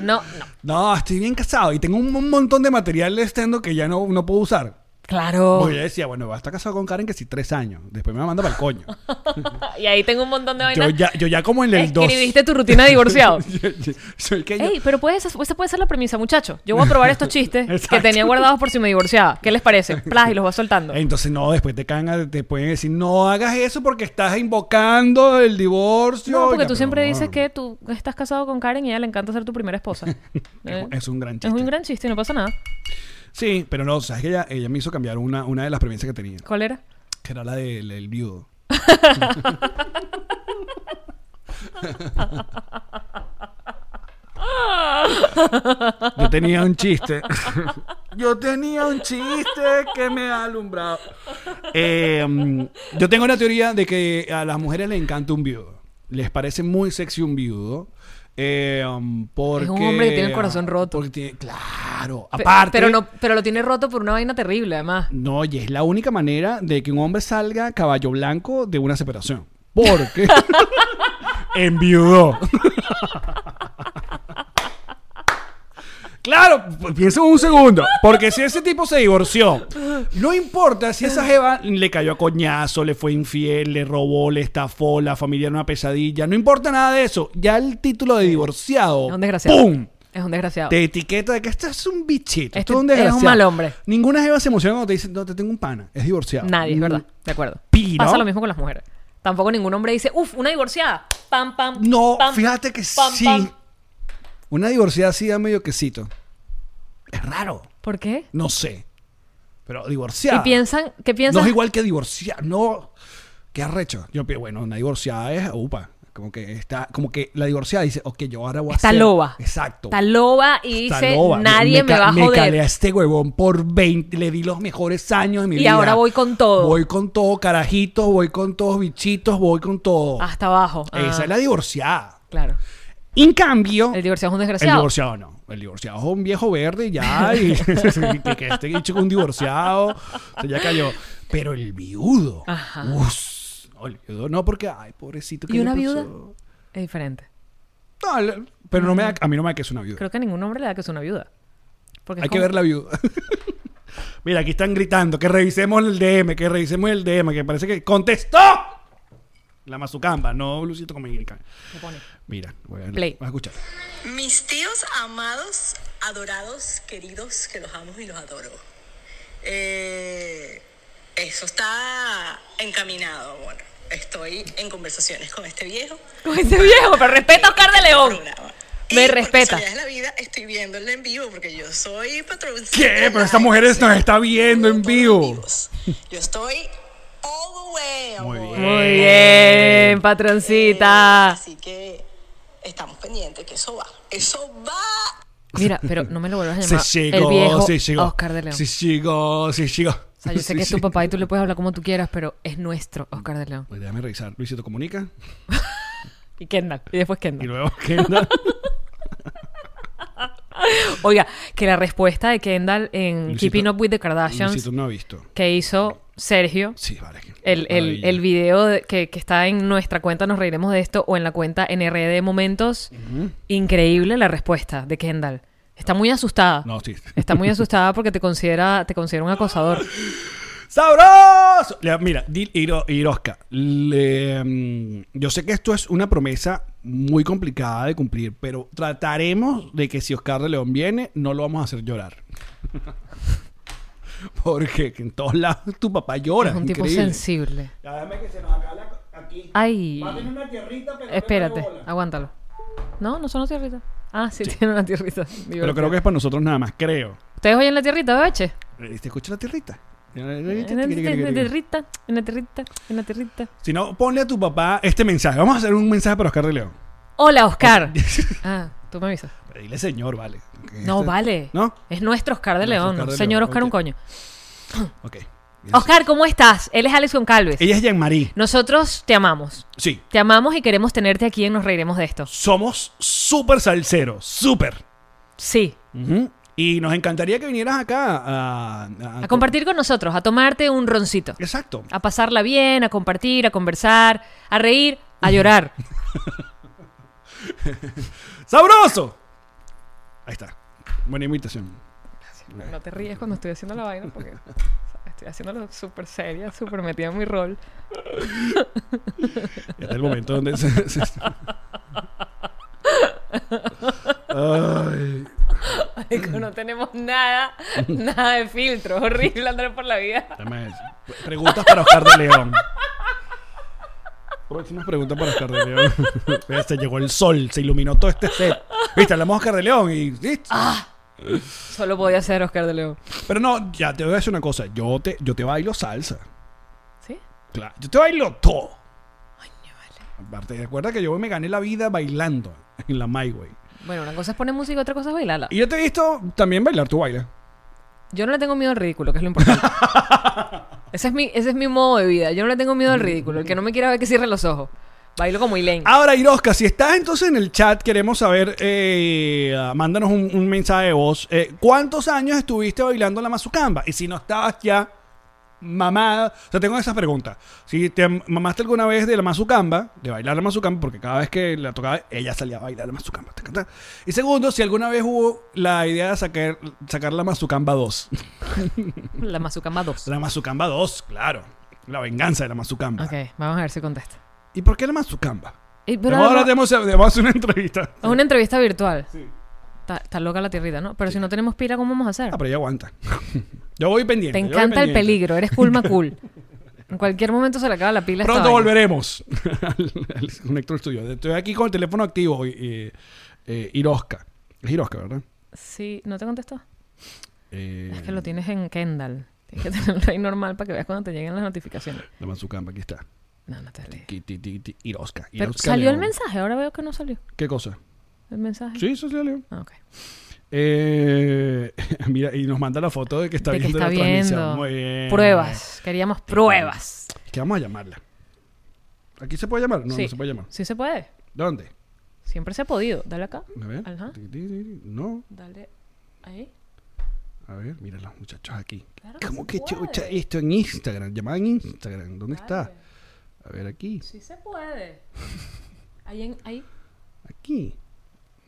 No, no. No, estoy bien casado y tengo un, un montón de material de estendo que ya no, no puedo usar. Claro. Oh. Porque yo decía, bueno, va a estar casado con Karen que sí tres años. Después me la manda para el coño. y ahí tengo un montón de yo, vainas. ya, yo ya como en el 2. Escribiste tu rutina de divorciado. Soy que yo- Ey, pero puede, ser- esa puede ser la premisa, muchacho. Yo voy a probar estos chistes Exacto. que tenía guardados por si me divorciaba. ¿Qué les parece? Plas, y los voy soltando. Entonces, no, después te cagan, te pueden decir, no hagas eso porque estás invocando el divorcio. No, Ya, porque tú pero siempre no. dices que tú estás casado con Karen y a ella le encanta ser tu primera esposa. Eh, Es un gran chiste. Es un gran chiste, no pasa nada. Sí, pero no, sabes que ella, ella me hizo cambiar una, una de las premisas que tenía, ¿Cuál era? que era la del el viudo. Yo tenía un chiste. Yo tenía un chiste que me ha alumbrado. Eh, mm, yo tengo una teoría de que a las mujeres les encanta un viudo. Les parece muy sexy un viudo. eh, um, porque, hombre que tiene el corazón roto. porque tiene- claro. Pe- Aparte. Pero, no, pero lo tiene roto por una vaina terrible, además. No, y es la única manera de que un hombre salga caballo blanco de una separación. Porque enviudó. Claro, p- piensa un segundo, porque si ese tipo se divorció, no importa si esa jeva le cayó a coñazo, le fue infiel, le robó, le estafó, la familia era una pesadilla, no importa nada de eso, ya el título de divorciado, Es un desgraciado. ¡pum! Es un desgraciado. Te etiqueta de que este es un bichito. Oh. Este esto es un es un desgraciado. mal hombre. Ninguna jeva se emociona cuando te dicen, no, te tengo un pana. Es divorciado. Nadie, es Mm. verdad. De acuerdo. Pero- Pasa lo mismo con las mujeres. Tampoco ningún hombre dice, uff, una divorciada. Pam, pam. No, pam, fíjate que pam, sí. pam". Una divorciada sí da medio quesito. Es raro. ¿Por qué? No sé. Pero divorciada. ¿Y piensan, qué No piensan? es igual que divorciada. No. Qué arrecho. Yo pienso, bueno, una divorciada es, upa. Como que está, como que la divorciada dice, ok, yo ahora voy a Está hacer- loba. Exacto. Está loba y Está dice, loba. nadie me, ca- va a Me calé a joder. este huevón por 20. Le di los mejores años de mi Y vida. ahora voy con todo. Voy con todo, carajitos, voy con todos, bichitos, voy con todo. Hasta abajo. Esa Ah, es la divorciada. Claro. En cambio, El el, divorciado es un desgraciado. divorciado no. El divorciado es un viejo verde y ya. Y, que, que este dicho un divorciado. o sea, ya cayó. Pero el viudo. Ajá. us, no, el viudo no, porque, ay, pobrecito. ¿qué ¿Y le una pasó? viuda? Es diferente. No, le- pero no me da- a mí no me da que es una viuda. Creo que a ningún hombre le da que es una viuda. Porque es Hay que como- ver la viuda. Mira, aquí están gritando que revisemos el DM, que revisemos el DM, que parece que contestó la mazucamba, no Lucito Comunica. ¿Qué pone? Mira, voy a, Play. voy a escuchar. Mis tíos amados, adorados, queridos, que los amo y los adoro. Eh, eso está encaminado. Bueno, estoy en conversaciones con este viejo. Este Con ese viejo, pero respeta a Oscar de León. Programa. Me Y por respeta. casualidades de la vida, estoy viéndole en vivo porque yo soy patrón. ¿Qué? Pero esta mujer nos está viendo en vivo. Yo estoy all the way. Muy amor. bien. Muy Eh. bien, patroncita. Así que estamos pendientes que eso va. Eso va. Mira, pero no me lo vuelvas a Se llamar. llegó, el viejo se llegó. Oscar de León. Se llegó, se llegó. O sea, yo sé que es tu papá y tú le puedes hablar como tú quieras, pero es nuestro Oscar de León. Pues Déjame revisar. Luisito Comunica Y Kendall. Y después y Kendall. luego Kendall. Oiga, que la respuesta de Kendall en Luisito- Keeping Up with the Kardashians Luisito no ha visto. que hizo Sergio. Sí, vale. El, el, Maravilla. el video de- que, que está en nuestra cuenta, nos reiremos de esto, o en la cuenta NRD Momentos. Increíble la respuesta de Kendall. Está muy asustada. No, sí. Está muy asustada porque te considera, te considera un acosador. ¡Sabroso! Le- Mira, Dil Iro- Iroska, le, mm, yo sé que esto es una promesa muy complicada de cumplir, pero trataremos de que si Oscar de León viene, no lo vamos a hacer llorar. Porque en todos lados tu papá llora. es un tipo increíble. sensible. Ya, déjame que se nos acabe la- aquí. Ay. Va a tener una tierrita, pero no Espérate, tiene bola. aguántalo. No, no son las tierritas. Ah, sí, tienen una tierrita. Pero creo que es para nosotros nada más, creo. ¿Ustedes oyen la tierrita, bebeche? ¿Te escucha la tierrita? Una tierrita, una tierrita, una tierrita. Si no, ponle a tu papá este mensaje. Vamos a hacer un mensaje para Oscar de León. Hola, Oscar. Ah, tú me avisas. Pero dile señor, vale. Que No, este- vale. ¿No? Es nuestro Oscar de Nuestro León. Oscar de Señor León, Oscar, un ok. coño. Ok. Bien. Oscar, ¿cómo estás? Él es Alex Goncalves. Ella es Jean-Marie. Nosotros te amamos. Sí. Te amamos y queremos tenerte aquí en Nos Reiremos de Esto. Somos súper salseros. Súper. Sí. Ujú. Y nos encantaría que vinieras acá a, a- A compartir con nosotros, a tomarte un roncito. Exacto. A pasarla bien, a compartir, a conversar, a reír, a llorar. ¡Sabroso! Ahí está. Buena invitación. Eh. No te ríes cuando estoy haciendo la vaina porque estoy haciéndolo súper seria, súper metida en mi rol. Este es el momento donde se- se- se- Ay. Marico, no tenemos nada, nada de filtro. Horrible andar por la vida. Dame eso. Preguntas para Oscar de León. Próximas preguntas para Oscar de León. Mira, se llegó el sol, se iluminó todo este set. Viste, hablamos de Oscar de León y listo. Solo podía ser Oscar de León. Pero no, ya te voy a decir una cosa. Yo te, yo te bailo salsa. ¿Sí? Claro, yo te bailo todo. Aparte, recuerda que yo me gané la vida bailando en la My Way. Bueno, una cosa es poner música y otra cosa es bailarla. Y yo te he visto también bailar, tú bailas. Yo no le tengo miedo al ridículo, que es lo importante. ese, es mi, ese es mi modo de vida. Yo no le tengo miedo al ridículo. El que no me quiera ver que cierre los ojos. Bailo como Elaine. Ahora, Iroska, si estás entonces en el chat, queremos saber, eh, mándanos un, un mensaje de voz. eh, ¿Cuántos años estuviste bailando la mazucamba? Y si no estabas ya mamada, o sea, tengo esas preguntas. Si te mamaste alguna vez de la mazucamba, de bailar la mazucamba, porque cada vez que la tocaba, ella salía a bailar la mazucamba. ta, ta, ta. Y segundo, si alguna vez hubo la idea de sacar, sacar la mazucamba 2. La Mazucamba 2. La mazucamba 2, claro. La venganza de la mazucamba. Ok, vamos a ver si contesta. ¿Y por qué la mazucamba? Y- pero ahora además- tenemos, debemos hacer una entrevista. Es una entrevista virtual. Está, está loca la tierrita, ¿no? Pero si no tenemos pila, ¿cómo vamos a hacer? Ah, pero ella aguanta. yo voy pendiente. Te yo voy encanta el pendiente. peligro, eres cool cool. En cualquier momento se le acaba la pila. a esta Pronto vaina. volveremos al, al Connector Studio. Estoy aquí con el teléfono activo. Eh, eh, Iroska. Es Iroska, ¿verdad? Sí, ¿no te contestó? Eh, Es que lo tienes en Kendall. Tienes que tenerlo ahí normal para que veas cuando te lleguen las notificaciones. La Mazucamba, aquí está. No, no te lees. Ki, ti, ti, ti, Iroska. Pero Iroska salió el León. mensaje, ahora veo que no salió ¿Qué cosa? el mensaje. Sí, eso salió. Ah, ok. Eh, mira, y nos manda la foto de que está De que viendo está la transmisión. viendo. Muy bien. Eh, Pruebas. Queríamos pruebas. Que vamos a llamarla. ¿Aquí se puede llamar? No, Sí. no se puede llamar. Sí se puede. ¿Dónde? Siempre se ha podido. Dale acá. A ver. Ajá. Ti, ti, ti, ti. No. Dale ahí. A ver, mira los muchachos aquí. Claro que ¿Cómo se que puede. chucha esto en Instagram? Llamada en Instagram. ¿Dónde está? A ver, aquí. Sí se puede. Ahí, en, ahí. Aquí.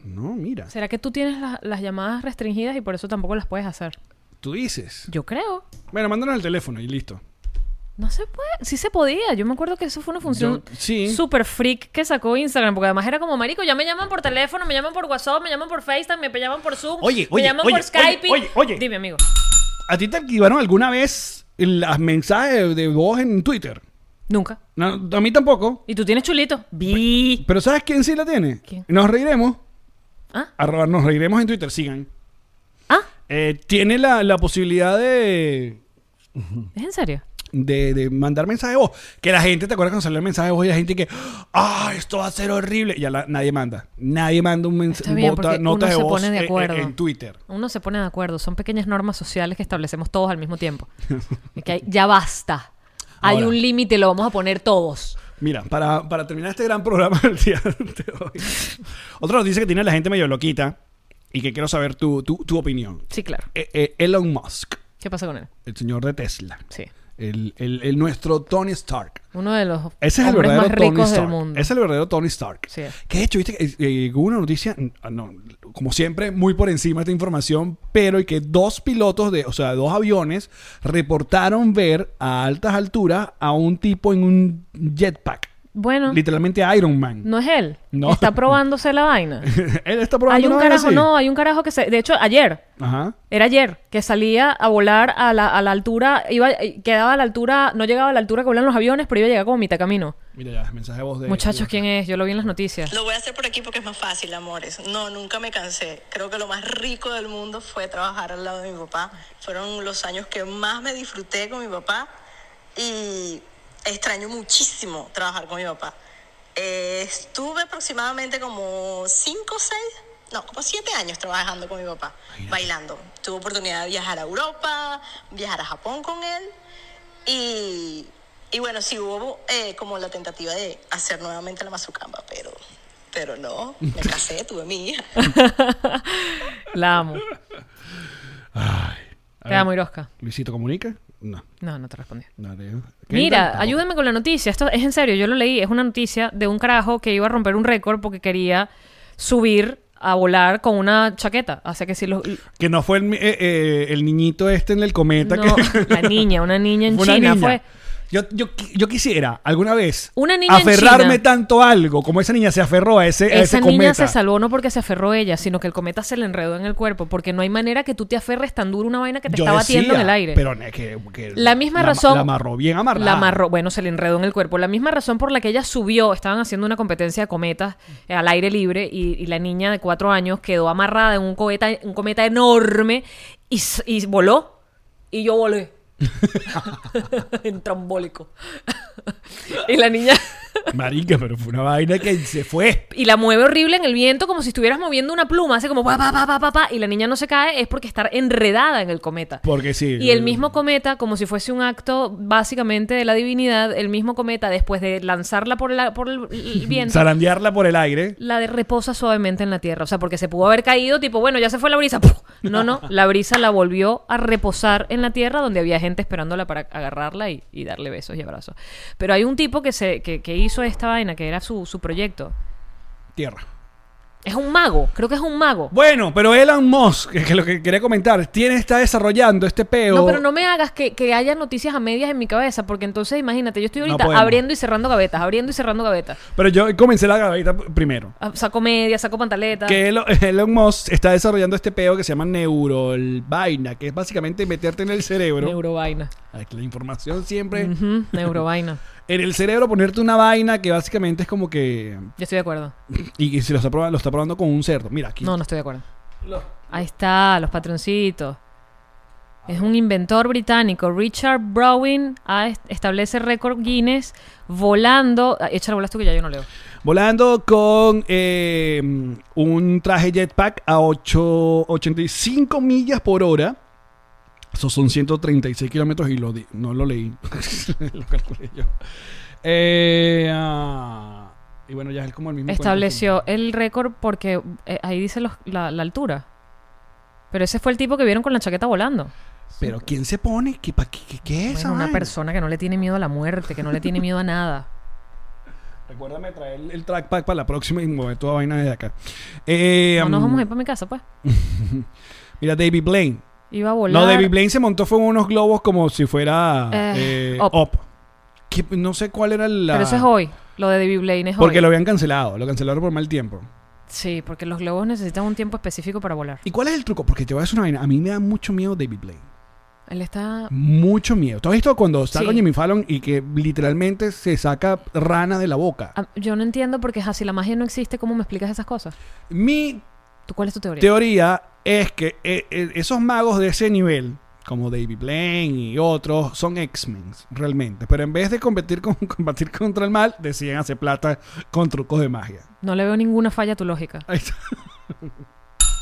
No, mira. ¿Será que tú tienes la- las llamadas restringidas y por eso tampoco las puedes hacer? Tú dices. Yo creo. Bueno, mándanos el teléfono y listo. No se puede. Sí se podía. Yo me acuerdo que eso fue una función Yo- sí. super freak que sacó Instagram. Porque además era como, marico, ya me llaman por teléfono, me llaman por WhatsApp, me llaman por FaceTime, me llaman por Zoom, Oye, oye, me llaman oye, por Skype. oye, oye, oye. Dime, amigo. ¿A ti te activaron alguna vez las mensajes de voz en Twitter? Nunca. No, a mí tampoco. ¿Y tú tienes chulito? Vi. Pero ¿sabes quién sí la tiene? ¿Quién? Nos reiremos. ¿Ah? Arroba, nos reiremos en Twitter. Sigan. ¿Ah? Eh, tiene la, la posibilidad de... ¿Es en serio? de, de mandar mensaje de voz. Que la gente, ¿te acuerdas cuando salió el mensaje de voz? Y la gente que, ¡ah, esto va a ser horrible! Ya la- nadie manda. Nadie manda un Está mensaje, bien, porque uno notas de se voz pone de en- en- acuerdo. En, Twitter. Uno se pone de acuerdo. Son pequeñas normas sociales que establecemos todos al mismo tiempo. Y que hay- ya basta. Hay Ahora. un límite, lo vamos a poner todos. Mira, para, para terminar este gran programa del día de hoy. Otra noticia que tiene la gente medio loquita y que quiero saber tu, tu, tu opinión. Sí, claro. Eh, eh, Elon Musk, ¿Qué pasa con él? el señor de Tesla, Sí. el, el- el nuestro Tony Stark. Uno de los Ese es el hombres verdadero más Tony ricos Stark. del mundo. Es el verdadero Tony Stark. Sí. Que de hecho, viste, que, eh, eh, hubo una noticia, mm, ah, no, como siempre, muy por encima de esta información, pero y que dos pilotos de, o sea, dos aviones reportaron ver a altas alturas a un tipo en un jetpack. Bueno, Literalmente Iron Man. no es él. No. Está probándose la vaina. Él está probando hay un una vaina carajo, así. no, hay un carajo que se... De hecho, ayer, Ajá. era ayer, que salía a volar a la, a la altura, iba, eh, quedaba a la altura, no llegaba a la altura que volan los aviones, pero iba a llegar como a mitad camino. Mira ya, mensaje de voz de. Muchachos, ¿quién es? Yo lo vi en las noticias. Lo voy a hacer por aquí porque es más fácil, amores. No, nunca me cansé. Creo que lo más rico del mundo fue trabajar al lado de mi papá. Fueron los años que más me disfruté con mi papá y extraño muchísimo trabajar con mi papá. Eh, estuve aproximadamente como 5 o 6, no, como 7 años trabajando con mi papá, bailando. Tuve oportunidad de viajar a Europa, viajar a Japón con él y, y bueno, sí hubo eh, como la tentativa de hacer nuevamente la mazucamba, pero, pero no, me casé, tuve mi hija. La amo. A Te ver, amo, Iroska. Luisito comunica. No. No, no te respondí. no le- ¿Qué Mira, tal? ayúdame con la noticia. Esto es en serio, yo lo leí. Es una noticia de un carajo que iba a romper un récord porque quería subir a volar con una chaqueta. Así que si los... Que no fue el, eh, eh, el niñito este en el cometa. No, que... la niña, una niña en Fue una China niña. fue... Yo, yo, qui- yo quisiera alguna vez Una niña en aferrarme China. tanto a algo como esa niña Eh, se aferró a ese, a Esa ese niña cometa. se salvó no porque se aferró ella, sino que el cometa se le enredó en el cuerpo, porque no hay manera que tú te aferres tan duro a una vaina que te Yo está batiendo en decía, el aire. Pero ne- que, que La misma ma- razón- La amarró bien amarrada. La amarró, bueno, se le enredó en el cuerpo. La misma razón por la que ella subió, estaban haciendo una competencia de cometas eh, al aire libre y, y la niña de cuatro años quedó amarrada en un cometa, un cometa enorme y, s- y voló. Y yo volé. en trambólico. y la niña. Marica, pero fue una vaina que se fue. Y la mueve horrible en el viento como si estuvieras moviendo una pluma, hace como pa pa pa pa pa pa, y la niña no se cae es porque está enredada en el cometa. Porque sí. Y el mismo cometa, como si fuese un acto básicamente de la divinidad, el mismo cometa, después de lanzarla por, la, por el, el viento, Zarandearla por el aire. la de reposa suavemente en la tierra. O sea, porque se pudo haber caído, tipo, bueno, ya se fue la brisa. ¡puf! No, no, la brisa la volvió a reposar en la tierra donde había gente esperándola para agarrarla y, y darle besos y abrazos. Pero hay un tipo que, se, que, que hizo esta vaina, que era su, su proyecto. Tierra. Es un mago, creo que es un mago. Bueno, pero Elon Musk, que es lo que quería comentar, tiene, está desarrollando este peo. No, pero no me hagas que, que haya noticias a medias en mi cabeza, porque entonces imagínate, yo estoy ahorita podemos. abriendo y cerrando gavetas, abriendo y cerrando gavetas. Pero yo comencé la gaveta primero. Ah, Saco media, saco pantaleta. Que Elon, Elon Musk está desarrollando este peo que se llama neurovaina, que es básicamente meterte en el cerebro. Neurovaina. la información siempre. Ujú, neurovaina. En el cerebro ponerte una vaina que básicamente es como que. Yo estoy de acuerdo. Y, y si lo está, probando, lo está probando con un cerdo. Mira, aquí. No, no estoy de acuerdo. Ahí está, los patroncitos. Es un inventor británico, Richard Browning, ah, est- establece récord Guinness volando. ah, Echa la bola tú que ya yo no leo. Volando con eh, un traje jetpack a 8, 85 millas por hora. Esos son 136 kilómetros y lo di- no lo leí. lo calculé yo. Eh, ah, y bueno, ya es como el mismo. cuento. Estableció el récord porque eh, ahí dice los- la, la altura. Pero ese fue el tipo que vieron con la chaqueta volando. Pero ¿quién se pone? ¿Qué, pa- qué, qué- qué es Bueno, esa una vaina? persona que no le tiene miedo a la muerte, que no le tiene miedo a nada. Recuérdame traer el trackpad para la próxima y mover toda vaina desde acá. Eh, No nos um, vamos a ir para mi casa, pues. Mira, David Blaine. Iba a volar. No, David Blaine se montó fue en unos globos como si fuera Eh, eh, Up. Up. Que no sé cuál era la. Pero eso es hoy. Lo de David Blaine es Porque hoy. lo habían cancelado, lo cancelaron por mal tiempo. Sí, porque los globos necesitan un tiempo específico para volar. ¿Y cuál es el truco? Porque te voy a decir una vaina. A mí me da mucho miedo David Blaine. Él está. Mucho miedo. ¿Tú has visto cuando está Sí. con Jimmy Fallon y que literalmente se saca rana de la boca? Ah, Yo no entiendo porque ajá, si la magia no existe, ¿cómo me explicas esas cosas? Mi ¿Tú cuál es tu teoría? teoría es que eh, eh, esos magos de ese nivel, como David Blaine y otros, son X-Men realmente. Pero en vez de competir, con, combatir contra el mal, deciden hacer plata con trucos de magia. No le veo ninguna falla a tu lógica. Ahí está.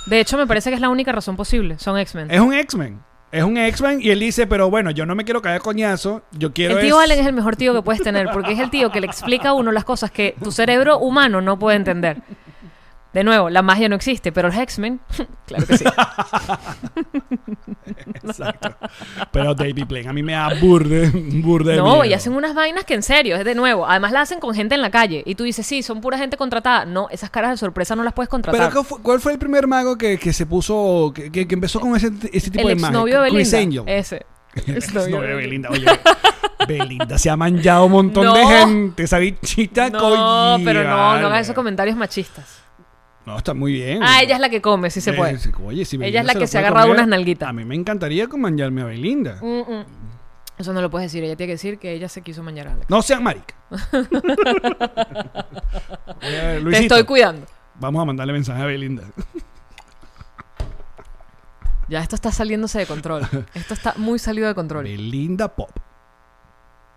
De hecho, me parece que es la única razón posible. Son X-Men. Es un X-Men. Es un X-Men y él dice, pero bueno, yo no me quiero caer a coñazo, yo quiero El tío es- Allen es el mejor tío que puedes tener porque es el tío que le explica a uno las cosas que tu cerebro humano no puede entender. De nuevo, la magia no existe, pero los X-Men, claro que sí. Exacto. Pero David Blaine a mí me da burde, burde de No, miedo. y hacen unas vainas que en serio, es de nuevo. Además la hacen con gente en la calle. Y tú dices, sí, son pura gente contratada. No, esas caras de sorpresa no las puedes Pero contratar. ¿cuál fue, cuál fue el primer mago que, que se puso, que, que- que empezó con ese, ese tipo el de magia? exnovio de Chris Belinda. Angel. Ese. Exnovio de Belinda, oye. Belinda se ha manchado un montón No. de gente, esa bichita No, pero no, no hagas comentarios. esos comentarios machistas. No, está muy bien. Ah, ella es la que come, sí se puede. Eh, Oye, si Ella Belinda es la se que lo se ha puede agarrado comer, unas nalguitas. A mí me encantaría con manjarme a Belinda. Mm, mm. Eso no lo puedes decir. Ella tiene que decir que ella se quiso mañar a Alex. No sean marica. Oye, Te Luisito, estoy cuidando. vamos a mandarle mensaje a Belinda. Ya esto está saliéndose de control. Esto está muy salido de control. Belinda Pop.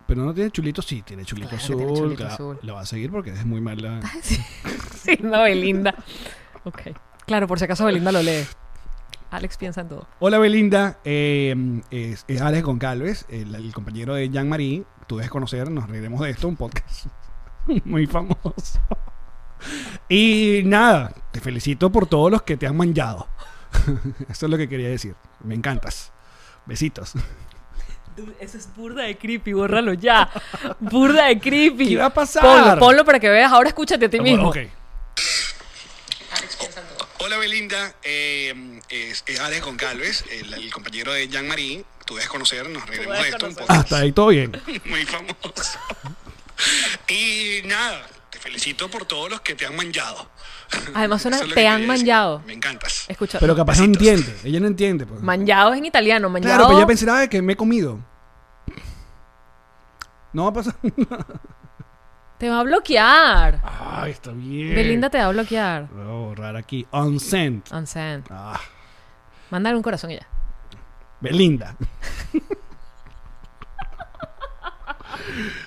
Pero no tiene chulito, sí, tiene chulito Claro que azul. tiene chulito claro. azul. Lo va a seguir porque es muy mala. Sí, no, Belinda. Ok. Claro, por si acaso Belinda lo lee. Alex piensa en todo. Hola Belinda, eh, es, es Alex Goncalves, el, el compañero de Jean-Marie. Tú debes conocer, nos reiremos de esto, un podcast muy famoso. Y nada, te felicito por todos los que te han manchado. Eso es lo que quería decir. Me encantas. Besitos. Eso es burda de creepy, bórralo ya. Burda de creepy. ¿Qué va a pasar? Ah, Ponlo, ponlo para que veas. Ahora escúchate a ti Bueno, mismo. ok. Hola Belinda, eh, es, es Alex Goncalves, el, el compañero de Jean Marie. Tú debes conocer, nos reiremos de esto un poco. Hasta ahí todo bien. Muy famoso. Y nada, te felicito por todos los que te han manchado. Además suena, Eso es lo te que han quería decir. manchado. Me encantas. Escucha. Pero capaz no entiende. Ella no entiende. pues. Manllado es en italiano, manllado. Claro, pues pero ella pensará "Ay, que me he comido. No va a pasar. Te va a bloquear. Ay, está Ah, bien. Belinda te va a bloquear. Voy a borrar Oh, aquí. Onsen. Ansen. Ah, Mándale un corazón y ya. Belinda.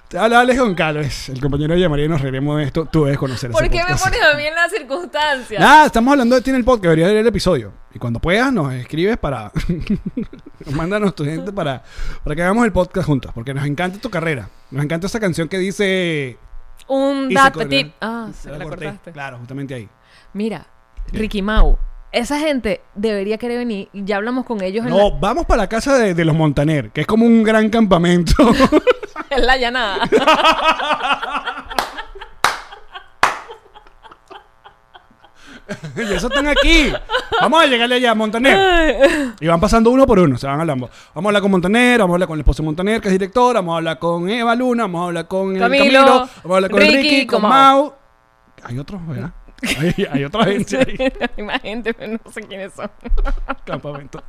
Te habla Alex Goncalves, el compañero de María, nos reiremos de esto. Tú debes conocer ese ¿Por qué me podcast. pones a mí en las circunstancias? Nada, estamos hablando de ti en el podcast, deberías ver el episodio. Y cuando puedas, nos escribes para. Mándanos tu gente para, para que hagamos el podcast juntos, porque nos encanta tu carrera. Nos encanta esa canción que dice. Un Y se dato corta. tip. Ah, se Ya la corté. cortaste. Claro, justamente ahí. Mira, Ricky Mau. Esa gente debería querer venir. Ya hablamos con ellos en, No, vamos para la casa de, de los Montaner, que es como un gran campamento. la, en la llanada. y eso están aquí. Vamos a llegarle allá, Montaner. Y van pasando uno por uno, se van hablando. Vamos a hablar con Montaner, vamos a hablar con el esposo de Montaner, que es director, vamos a hablar con Eva Luna, vamos a hablar con eh, Camilo, Camilo, vamos a hablar con Ricky, Ricky, con con Mau. Hay otros, ¿verdad? Hay, hay otra gente ahí. Hay más gente, pero pues, no sé quiénes son. Campamento.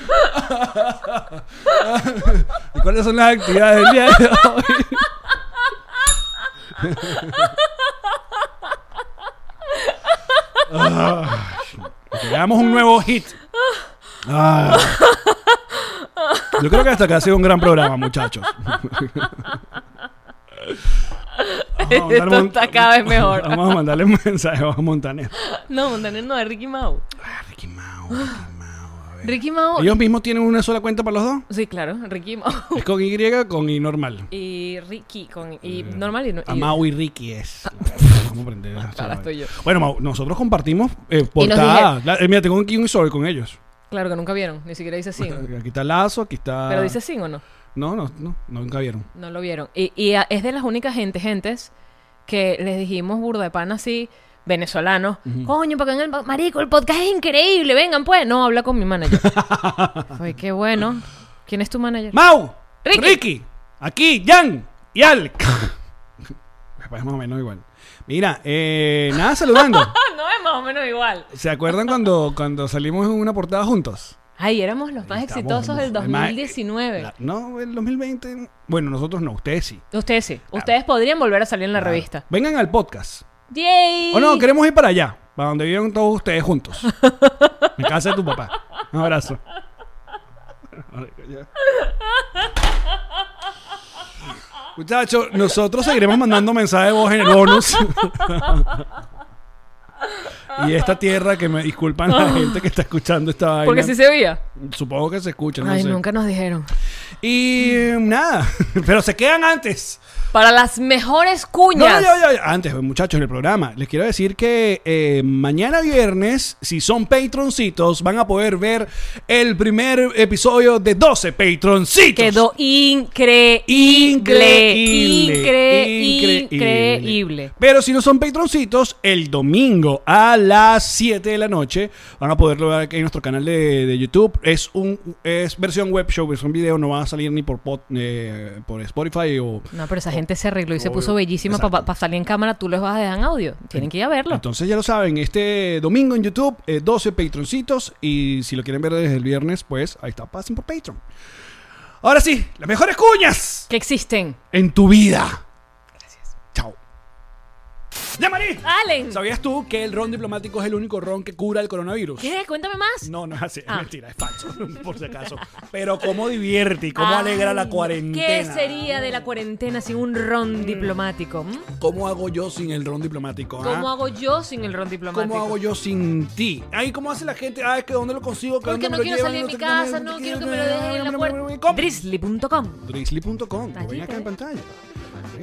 ¿Y cuáles son las actividades del día de hoy? Ah, creamos un nuevo hit. Ah. Yo creo que hasta que ha sido un gran programa, muchachos. Vamos a mandar Esto un- está cada vez mejor. Vamos a mandarle un mensaje a Montaner. No, Montaner no, es Ricky Mau. Ah, Ricky Mau, Ricky Mau. a ver. Ricky Mau. ¿Ellos mismos tienen una sola cuenta para los dos? Sí, claro, Ricky Mau. Es con Y, con I normal. Eh, Y Ricky con. Y Mm. normal y. no- A y- Mau y Ricky es. Vamos a aprender. a hacer ahora la estoy vaina. yo. Bueno, Mau, nosotros compartimos eh, portada. La- eh, mira, tengo aquí un sobre con ellos. Claro que nunca vieron, ni siquiera dice sin. Aquí está Lazo, aquí está. Pero dice sin o no. No, no, no, nunca vieron. No lo vieron. Y, y a- es de las únicas gente, gentes, que les dijimos burda de pan así, venezolanos. Coño, para que vengan el marico, el podcast es increíble, vengan pues. No, habla con mi manager. Fue qué bueno. ¿Quién es tu manager? ¡Mau! Ricky. ¡Ricky! Aquí, Jan y Al. Pues más o menos igual. Mira, eh, nada, saludando. Ah, no, es más o menos igual. ¿Se acuerdan cuando, cuando salimos en una portada juntos? Ay, éramos los más Estamos exitosos del los más- eh, 2019. La- no, el 2020. Bueno, nosotros no, ustedes sí. Ustedes sí. Ustedes podrían volver a salir en la revista. Vengan al podcast. ¡Yay! O no, queremos ir para allá, para donde viven todos ustedes juntos. En casa de tu papá. Un abrazo. Muchachos, nosotros seguiremos mandando mensajes de voz en el bonus. y esta tierra que me disculpan la gente que está escuchando esta vaina. Ah. Porque sí se veía. Supongo que se escucha, no Ay, sé. nunca nos dijeron. Y eh, nada, pero se quedan antes. Para las mejores No, cuñas. no, no, no, Antes, muchachos, en el programa, les quiero decir que eh, mañana viernes, si son patroncitos, van a poder ver el primer episodio de 12 patroncitos. Quedó increíble. Increíble, Increíble. Increíble. Pero si no son patroncitos, el domingo a las 7 de la noche van a poderlo ver aquí en nuestro canal de, de YouTube. Es un es versión web show, versión video, no va a salir ni por, pod- eh, por Spotify o No, pero esa gente se arregló y se Obvio. puso bellísima Exacto. para salir en cámara. Tú les vas a dejar en audio. Tienen que ir a verlo. Entonces ya lo saben, este domingo en YouTube, eh, 12 Patroncitos. Y si lo quieren ver desde el viernes, pues ahí está, pasen por Patreon. Ahora sí, las mejores cuñas que existen. en tu vida. Gracias. Chao. ¡Llamarí! ¡Allen! ¿Sabías tú que el ron diplomático es el único ron que cura el coronavirus? ¿Qué? Cuéntame más. No, no es así, es Ah. mentira, es falso, por si acaso. Pero cómo divierte y cómo alegra la Ay, cuarentena. Ah, ¿Qué sería de la cuarentena sin un ron diplomático? ¿m? ¿Cómo hago yo sin el ron diplomático? ah? ¿Cómo hago yo sin el ron diplomático? ¿Cómo hago yo sin ti? Ay, ¿cómo hace la gente? Ah, es que ¿dónde lo consigo? ¿Que dónde Porque no me lo quiero llevan? salir de mi te- no me- casa, no no te quiero que quiero- me lo dejen en la puerta. ¿Cómo? Drizzly.com. Drizzly.com. Lo ven Allí acá te- en pantalla. Ahí